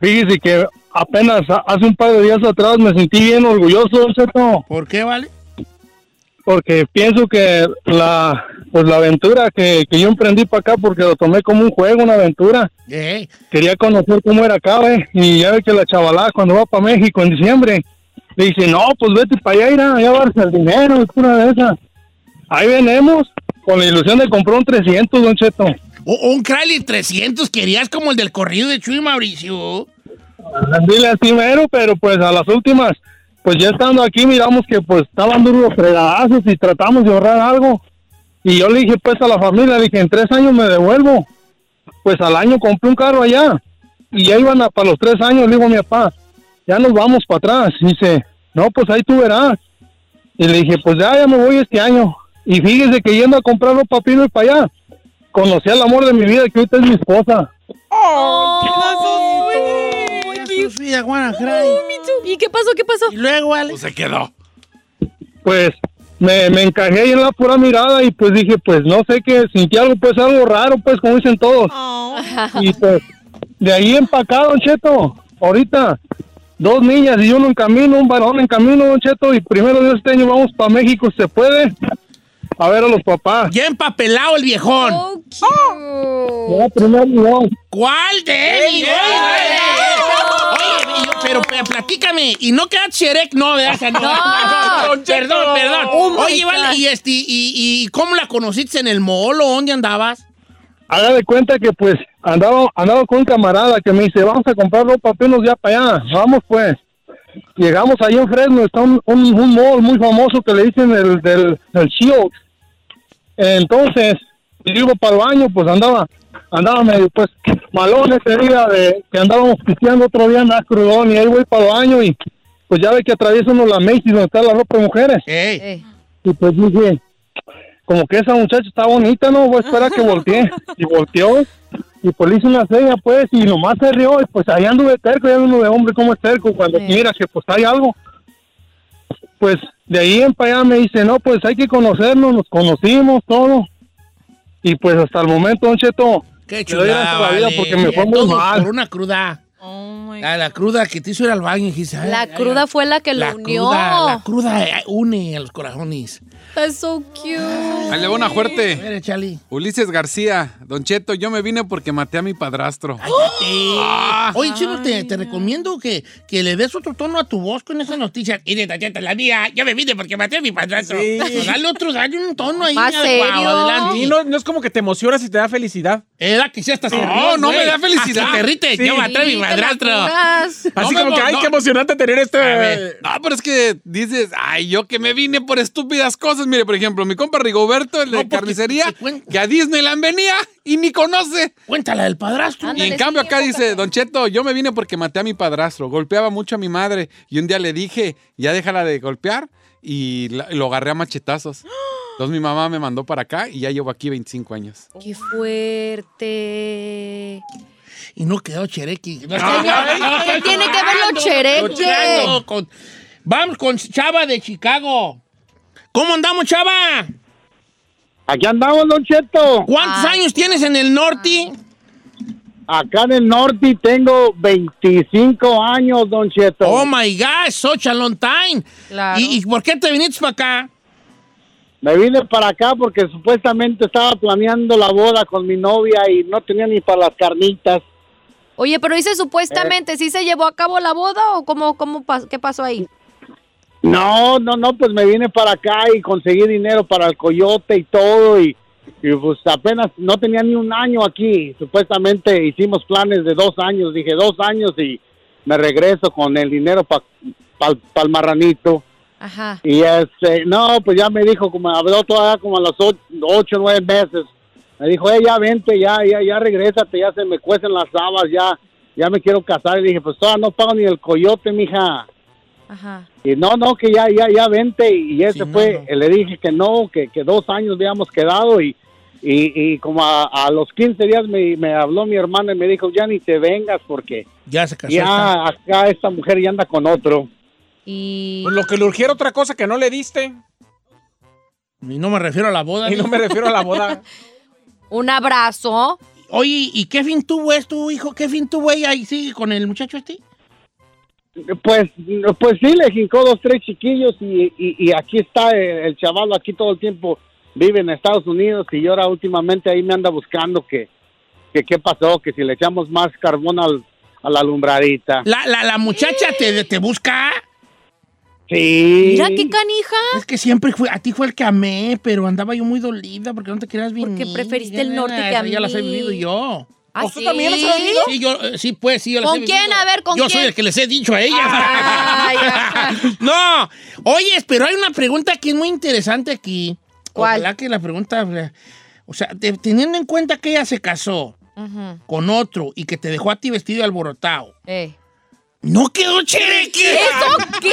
S12: Fíjese que apenas ha- hace un par de días atrás me sentí bien orgulloso, don Cheto.
S1: ¿Por qué, vale?
S12: Porque pienso que la, pues la aventura que, que yo emprendí para acá, porque lo tomé como un juego, una aventura.
S1: Eh,
S12: Quería conocer cómo era acá, ¿ve? Y ya ve que la chavalada cuando va para México en diciembre, le dice, no, pues vete para allá, irá, allá va a darse el dinero, es una de esas. Ahí venimos con la ilusión de comprar un 300, don Cheto.
S1: o- un Crowley 300 querías como el del corrido de Chuy Mauricio.
S12: Dile así mero, pero pues a las últimas, pues ya estando aquí miramos que pues estaban duros los fregadazos y tratamos de ahorrar algo. Y yo le dije pues a la familia, le dije en tres años me devuelvo. Pues al año compré un carro allá y ya iban a, para los tres años, le digo a mi papá, ya nos vamos para atrás. dice, no, pues ahí tú verás. Y le dije, pues ya, ya me voy este año. Y fíjese que yendo a comprar los papinos para allá, conocí al amor de mi vida que ahorita es mi esposa.
S4: Oh.
S1: Sofía, wanna cry.
S2: ¿Y qué pasó? ¿Qué pasó?
S1: Y luego, Ale.
S5: se quedó.
S12: pues me, me encajé ahí en la pura mirada y pues dije, pues no sé qué, sentí algo, pues algo raro, pues como dicen todos. Y pues de ahí empacado, don Cheto, ahorita dos niñas y uno en camino, un varón en camino, don Cheto, y primero de este año vamos para México, ¿se puede? A ver a los papás.
S1: Ya empapelado el viejón.
S12: Ya, primer nivel.
S1: ¿Cuál de ellos? Oye, yo- pero, pero platícame, y no queda Shrek, no, ¿verdad? O sea, no,
S2: No.
S1: no, no, perdón, perdón.
S2: Oh, my
S1: Oye, vale,
S2: God.
S1: y, este, y, y cómo la conociste en el molo? ¿Dónde andabas?
S12: Haga de cuenta que pues andaba, andaba con un camarada que me dice, vamos a comprar ropa unos ya para allá, vamos pues. Llegamos ahí en Fresno, está un, un, un mall muy famoso que le dicen el del, del Shield. Entonces, yo iba para el baño, pues andaba, andaba medio pues malón ese día de que andábamos pisteando otro día andaba crudón y ahí voy para el baño y pues ya ve que atraviesa uno la Macy's donde está la ropa de mujeres. Y pues dije, como que esa muchacha está bonita, ¿no? Voy a esperar a que voltee. Y volteó, y pues le hice una seña, pues, y nomás se rió. Y pues ahí anduve terco, ya uno de hombre, como es terco? Cuando mira que pues hay algo. Pues de ahí en para allá me dice, no, pues hay que conocernos, nos conocimos, todo. Y pues hasta el momento, Don Cheto,
S1: Qué
S12: le doy gracias
S1: chulada,
S12: a la vida
S1: vale.
S12: porque me fue
S1: Todo
S12: muy mal.
S1: Por una cruda. la, la cruda que te hizo ir al baño y dijiste, ay,
S2: Oh La
S1: ay,
S2: cruda
S1: ay.
S2: fue la que lo
S1: La
S2: unió.
S1: cruda, la cruda eh, une a los corazones.
S2: That's so cute.
S5: Dale una fuerte.
S1: Chali.
S5: Ulises García, Don Cheto, yo me vine porque maté a mi padrastro.
S1: Eh,
S3: ¡Ah!
S1: Oye, Chino, te, te recomiendo que, que le des otro tono a tu voz con esa noticia. Mire, tacheta, la mía, ya me vine porque maté a mi padrastro.
S3: Sí.
S1: Pues dale otro, dale un tono ahí.
S2: Más
S1: adecuado,
S2: serio.
S1: adelante.
S3: Y no, no es como que te emocionas y te da felicidad.
S1: Era que sí hasta se
S3: No,
S1: rió,
S3: no me
S1: güey.
S3: da felicidad.
S1: Hasta te rite,
S3: Sí.
S1: yo maté a mi
S3: Sí, te la
S1: padrastro.
S2: Crudas.
S3: Así
S5: No,
S3: como
S5: me-
S3: que, ay,
S5: no.
S3: qué emocionante tener este.
S1: A ver.
S5: No, pero es que dices, ay, yo que me vine por estúpidas cosas. Mire, por ejemplo, mi compa Rigoberto, el de
S1: No, porque
S5: carnicería,
S1: te cuen-
S5: que a Disneyland venía y ni conoce.
S1: Cuéntala del padrastro.
S5: Y en cambio acá dice, Don Cheto, yo me vine porque maté a mi padrastro, golpeaba mucho a mi madre y un día le dije, ya déjala de golpear y la- lo agarré a machetazos. Entonces mi mamá me mandó para acá y ya llevo aquí 25 años.
S2: Qué fuerte.
S1: Y no quedó Cherequi. No,
S2: Señor, ¿qué tiene que ver los chereques?
S1: Luchando con- Vamos con Chava de Chicago. ¿Cómo andamos, Chava?
S12: Aquí andamos, Don Cheto.
S1: ¿Cuántos años tienes en el norte?
S12: Acá en el norte tengo 25 años, Don Cheto.
S1: Oh my gosh, such a long time.
S8: Claro.
S1: ¿Y, y por qué te viniste para acá?
S12: Me vine para acá porque supuestamente estaba planeando la boda con mi novia y no tenía ni para las carnitas.
S2: Oye, pero dice supuestamente, ¿sí se llevó a cabo la boda o cómo, cómo pas- qué pasó ahí?
S12: No, no, no, pues me vine para acá y conseguí dinero para el coyote y todo y, y pues apenas no tenía ni un año aquí. Supuestamente hicimos planes de dos años, dije dos años y me regreso con el dinero para el marranito.
S2: Ajá.
S12: Y este, no, pues ya me dijo, como habló todavía como a los ocho, ocho nueve meses. Me dijo, eh, ya vente, ya, ya, ya regrésate, ya se me cuecen las habas, ya,
S13: ya me quiero casar. Y dije, pues todavía no pago ni el coyote, mija.
S2: Ajá.
S13: Y no, no, que ya, ya, ya vente. Y ese fue, le dije que no, que, que dos años habíamos quedado. Y, y, y como a, a los 15 días me, me habló mi hermana y me dijo, ya ni te vengas porque
S1: Ya se casó.
S13: ya acá esta mujer ya anda con otro.
S3: Pues lo que le urgiera otra cosa que no le diste.
S1: Y no me refiero a la boda.
S3: Y no me refiero a la boda.
S2: Un abrazo.
S1: Oye, ¿y qué fin tuvo esto, hijo? ¿Qué fin tuvo ella y sigue con el muchacho este?
S13: Pues, pues sí, le jincó dos, tres chiquillos y, y, y aquí está el, el chaval, aquí todo el tiempo vive en Estados Unidos y ahora últimamente ahí me anda buscando que, que qué pasó, que si le echamos más carbón al, a la alumbradita.
S1: La, la, la muchacha te, te busca.
S13: Sí.
S2: Mira qué canija.
S1: Es que siempre fue, a ti fue el que amé, pero andaba yo muy dolida porque no te querías venir.
S2: Porque preferiste el norte que a
S1: Ya las he
S2: mí.
S1: vivido yo.
S2: ¿Ah,
S1: ¿Vos
S2: sí? también las has vivido?
S1: Sí, yo, eh, sí, pues, sí, yo las
S2: ¿Con
S1: he
S2: quién?
S1: vivido.
S2: A ver, ¿con
S1: Yo
S2: quién?
S1: soy el que les he dicho a ellas. no, oye, pero hay una pregunta que es muy interesante aquí.
S2: ¿Cuál?
S1: Ojalá que la pregunta... O sea, te- teniendo en cuenta que ella se casó
S2: Ujú.
S1: con otro y que te dejó a ti vestido y alborotado,
S2: Eh.
S1: ¿no quedó chereque?
S2: ¿Eso qué?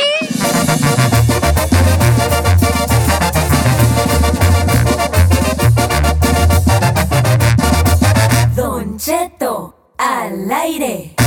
S7: Don Cheto al aire.